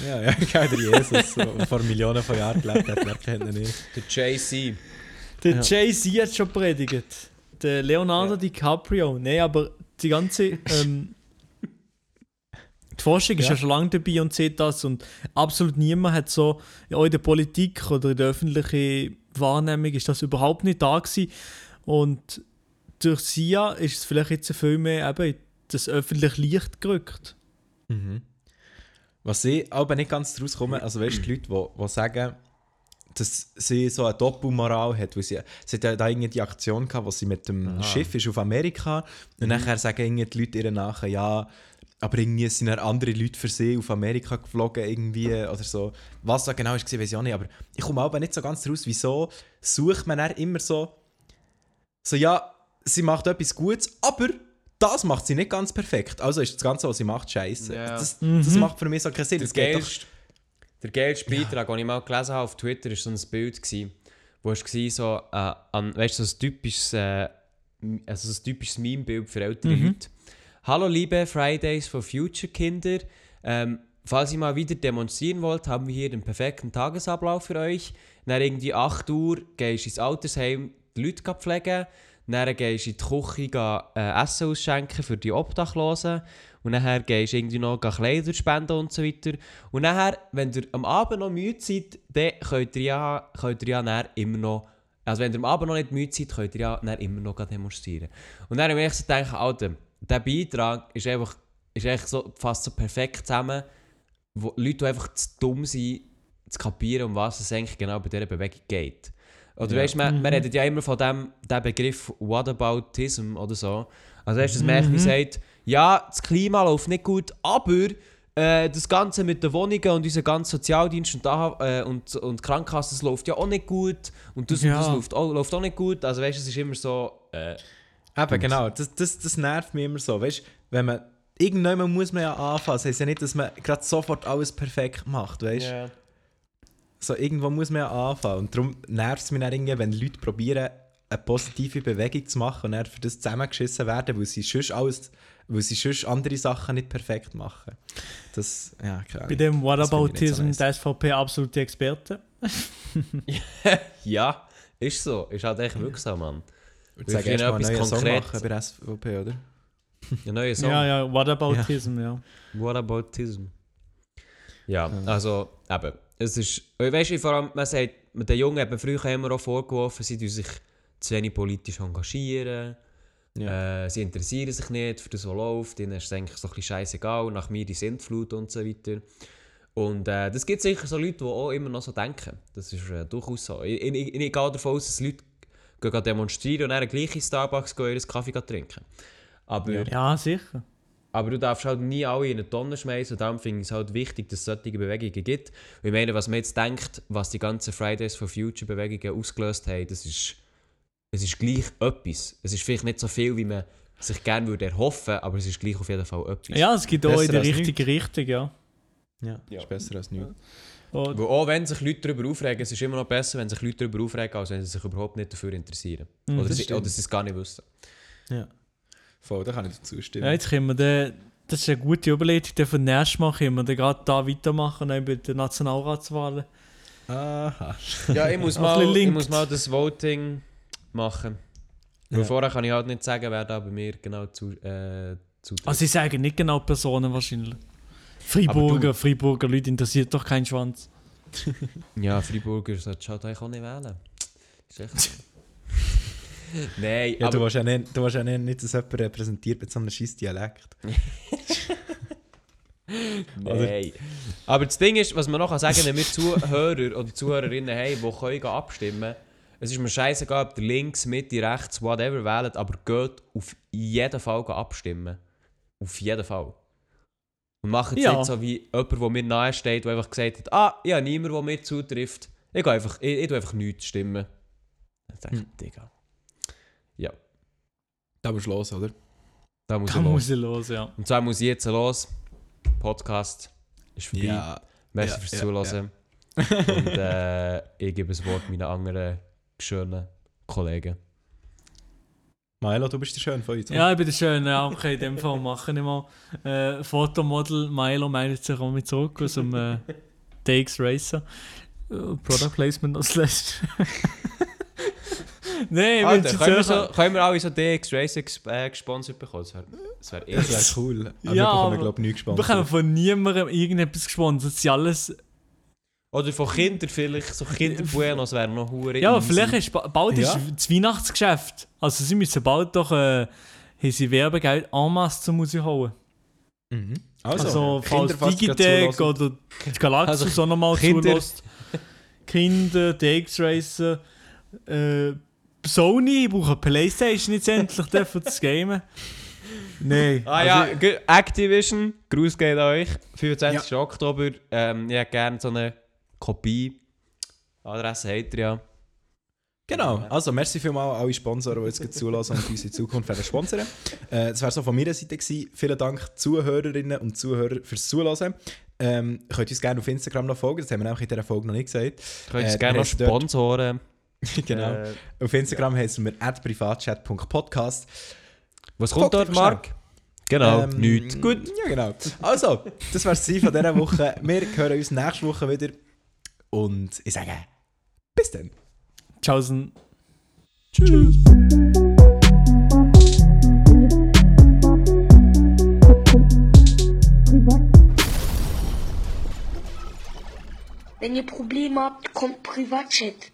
S2: Ja, ja, genau, der Jesus, der vor Millionen von Jahren gelebt hat, wer kennt ihn nicht.
S4: Der JC.
S3: Der Jay-Z hat schon predigt. Der Leonardo DiCaprio. Nein, aber die ganze. Ähm, die Forschung ist
S2: Ja.
S3: ja schon lange dabei und sieht das. Und absolut niemand hat so. ja, Auch in der Politik oder in der öffentlichen Wahrnehmung ist das überhaupt nicht da gewesen. Und durch SIA ist es vielleicht jetzt viel mehr eben in das öffentliche Licht gerückt.
S2: Was ich aber nicht ganz draus komme, also weißt du, die Leute, die, die sagen, dass sie so eine Doppelmoral hat, weil sie, sie hat ja da irgendeine Aktion gehabt, wo sie mit dem Schiff ist auf Amerika und nachher sagen irgendwie die Leute ihr nachher, ja, aber irgendwie sind dann andere Leute für sie auf Amerika geflogen irgendwie oder so. Was da genau ist, weiß ich auch nicht, aber ich komme aber nicht so ganz draus, wieso sucht man dann immer so, so ja, sie macht etwas Gutes, aber das macht sie nicht ganz perfekt. Also ist das Ganze, was sie macht, scheiße.
S4: Ja.
S2: Das, das macht für mich so keinen Sinn.
S4: Der
S2: Das geht doch-
S4: geilste, der geilste Beitrag, den ich mal gelesen habe auf Twitter, war so ein Bild, gewesen, wo es war, so, äh, an, weißt, so ein typisches, äh, m- also so ein typisches Meme-Bild für ältere Leute. Hallo liebe Fridays for Future Kinder, ähm, falls ihr mal wieder demonstrieren wollt, haben wir hier den perfekten Tagesablauf für euch. Dann irgendwie 8 Uhr gehst du ins Altersheim die Leute gehen pflegen, dann gehst du in die Küche gehen, äh, Essen ausschenken für die Obdachlosen und nachher gehst du irgendwie noch gehen Kleider spenden und so weiter. Und nachher, wenn ihr am Abend noch müde seid, dann könnt ihr ja, könnt ihr ja dann immer noch also wenn ihr am Abend noch nicht müde seid, könnt ihr ja dann immer noch gleich demonstrieren. Und dann habe ich mir so gedacht, Alter, dieser Beitrag ist einfach ist echt so, fast so perfekt zusammen, wo Leute die einfach zu dumm sind, zu kapieren, um was es eigentlich genau bei dieser Bewegung geht. Oder
S2: Ja.
S4: weißt du, man, man redet ja immer von dem, dem Begriff Whataboutism oder so. Also weißt du, dass man mhm. sagt, ja, das Klima läuft nicht gut, aber äh, das Ganze mit den Wohnungen und unser ganzen Sozialdienst und, da, äh, und, und Krankenkasse, das läuft ja auch nicht gut und das, und
S3: Ja.
S4: das läuft, auch, läuft auch nicht gut. Also weißt du, es ist immer so... Äh,
S2: Eben, genau. Das, das, das nervt mich immer so. Weißt wenn man. Irgendwann muss man ja anfangen. Das heisst ja nicht, dass man gerade sofort alles perfekt macht, weißt So, irgendwo muss man ja anfangen. Und darum nervt es mich dann irgendwie, wenn Leute probieren, eine positive Bewegung zu machen und dann für das zusammengeschissen werden, weil sie sonst alles. Weil sie sonst andere Sachen nicht perfekt machen. Das, ja, keine
S3: Bei
S2: Ahnung.
S3: dem
S2: finde ich nicht so
S3: Whataboutism,
S2: nice.
S3: der SVP absolute Experte.
S4: Ja, ist so. Ist halt echt wirksam, Mann.
S2: Ich würde
S4: Wir
S2: sagen,
S4: führen
S2: erstmal einen
S4: etwas
S2: neuen Song
S4: konkret.
S2: machen bei der SVP, oder?
S4: Ein neuer Song.
S3: Ja, ja, Whataboutism, ja. ja.
S4: What about Ja, also eben. Es ist, äh, weißt du, vor allem, man sagt, mit den Jungen hat man früher immer auch vorgeworfen, sie tun sich zu wenig politisch engagieren, äh, sie interessieren sich nicht für das, was läuft, ihnen ist es eigentlich so ein bisschen scheißegal, nach mir die Sintflut und so weiter. Und äh, das gibt sicher so Leute, die auch immer noch so denken. Das ist äh, durchaus so. Ich, ich, ich, ich gehe davon aus, dass Leute gehen gehen demonstrieren und dann gleich in Starbucks gehen, ihren Kaffee gehen trinken. Aber
S3: sicher.
S4: aber du darfst halt nie alle in eine Tonne schmeißen und darum finde ich es halt wichtig, dass es solche Bewegungen gibt. Und ich meine, was man jetzt denkt, was die ganzen Fridays for Future Bewegungen ausgelöst haben, das ist, es ist gleich etwas. Es ist vielleicht nicht so viel, wie man sich gerne würde erhoffen, aber es ist gleich auf jeden Fall etwas.
S3: Ja, es geht auch in
S2: Besser
S3: der
S2: als
S3: richtigen Richtung, ja. Oh,
S2: Ja,
S4: Ja.
S2: ist besser als nichts.
S3: Und
S4: Weil auch wenn sich Leute darüber aufregen, es ist immer noch besser, wenn sich Leute darüber aufregen, als wenn sie sich überhaupt nicht dafür interessieren.
S3: Mhm.
S4: oder,
S3: Das
S4: sie,
S2: stimmt.
S4: oder sie es gar nicht wissen.
S2: Ja. Voll, da kann ich dir zustimmen.
S3: Ja, jetzt können wir den, das ist eine gute Überleitung, dann von nächstes Mal können wir dann gerade da weitermachen, dann bei den Nationalratswahlen.
S2: Aha.
S4: Ja, ich muss,
S3: Auch ein bisschen
S4: mal, ich
S3: linked.
S4: muss mal das Voting machen. Weil
S2: Ja.
S4: vorher kann ich halt nicht sagen, wer da bei mir genau zu, äh, zutritt.
S2: Ah.
S3: Also sie sagen nicht genau Personen wahrscheinlich. Freiburger, Freiburger Leute interessiert doch keinen Schwanz.
S4: ja, Freiburger sollte halt eigentlich auch nicht wählen. Ist echt so. Nein,
S2: Ja, du
S4: aber...
S2: willst ja nicht, du willst ja nicht, nicht, dass jemand repräsentiert mit so einem scheiß Dialekt.
S3: Also
S4: Nein. Aber das Ding ist, was man noch sagen kann, wenn wir Zuhörer oder Zuhörerinnen haben, die können gehen abstimmen es ist mir scheißegal, ob ihr links, Mitte, rechts, whatever wählt, aber geht auf jeden Fall gehen abstimmen. Auf jeden Fall. Und macht es
S3: Ja.
S4: nicht so wie jemand, der mir nahe steht, der einfach gesagt hat, ah, ja, niemand, der mir zutrifft. Ich gehe einfach, ich, ich tu einfach nichts stimmen. Dann denke ich,
S3: Hm.
S4: Digga,
S2: Da musst du los, oder?
S4: da muss
S3: Da
S4: ich los.
S3: muss ich los, ja.
S4: Und zwar muss ich jetzt los. Podcast ist vorbei. Merci
S2: Ja,
S4: fürs
S2: ja,
S4: Zuhören. Und äh, ich gebe das Wort meinen anderen schönen Kollegen.
S2: Milo, du bist der Schön von uns. oder?
S3: Ja, ich bin der Schöne, ja, okay, in dem Fall machen wir mal. Äh, Fotomodel Milo meldet sich auch mit zurück aus dem äh, DX Racer. Äh, Product Placement als letztes. Nein, ich will
S4: Alter,
S3: jetzt
S4: können, wir
S3: zuerst-
S4: so, können wir alle so DX Racing äh, gesponsert bekommen? Das wäre das wär
S2: Das
S4: eh.
S2: wäre cool. Aber
S3: Ja,
S2: wir
S3: aber-
S2: bekommen, glaube ich, nichts
S3: Wir haben
S2: gespannt.
S3: von niemandem irgendetwas gesponsert. Sie alles.
S4: Oder von Kindern vielleicht, so Kinderbuenos wären noch hure.
S3: Ja,
S4: easy.
S3: vielleicht ist ba- bald ist
S2: Ja.
S3: das Weihnachtsgeschäft. Also sie müssen bald doch äh, haben sie Werbegeld en masse zum Musik holen.
S2: Mhm.
S3: Also,
S2: Kinder,
S3: falls
S2: falls ihr gerade
S3: Digitec
S2: zuhören,
S3: oder die Galaxus
S4: Also,
S3: also, auch nochmal
S4: Kinder.
S3: zulässt. Kinder, DX Racer, äh, Sony, ich brauche eine Playstation jetzt endlich dafür zu gamen. Nein.
S4: Ah ja, gut, Activision, Gruß geht an euch. 25. Oktober, ähm, ich hätte gerne so eine Kopie. Adresse habt ihr ja.
S2: Genau, also merci vielmals an alle Sponsoren, die jetzt gerade zulassen und uns in Zukunft werden sponsern. Äh, das wäre so von meiner Seite gewesen. Vielen Dank Zuhörerinnen und Zuhörer fürs Zulassen. Ähm, könnt uns gerne auf Instagram noch folgen, das haben wir nämlich in dieser Folge noch nicht gesagt.
S4: Könnt ihr
S2: Äh,
S4: uns gerne noch
S2: heisst dort-
S4: Sponsoren.
S2: genau.
S4: Äh,
S2: auf Instagram heißen wir privatchat.podcast.
S4: was kommt
S2: Folgt
S4: dort,
S2: euch
S4: Marc? Genau,
S2: Ähm,
S4: nichts. Gut.
S2: Ja, genau. Also, das war es von dieser Woche. Wir hören uns nächste Woche wieder. Und ich sage, bis dann.
S3: Tschaußen.
S4: Tschüss.
S1: Wenn ihr Probleme habt, kommt Privatchat.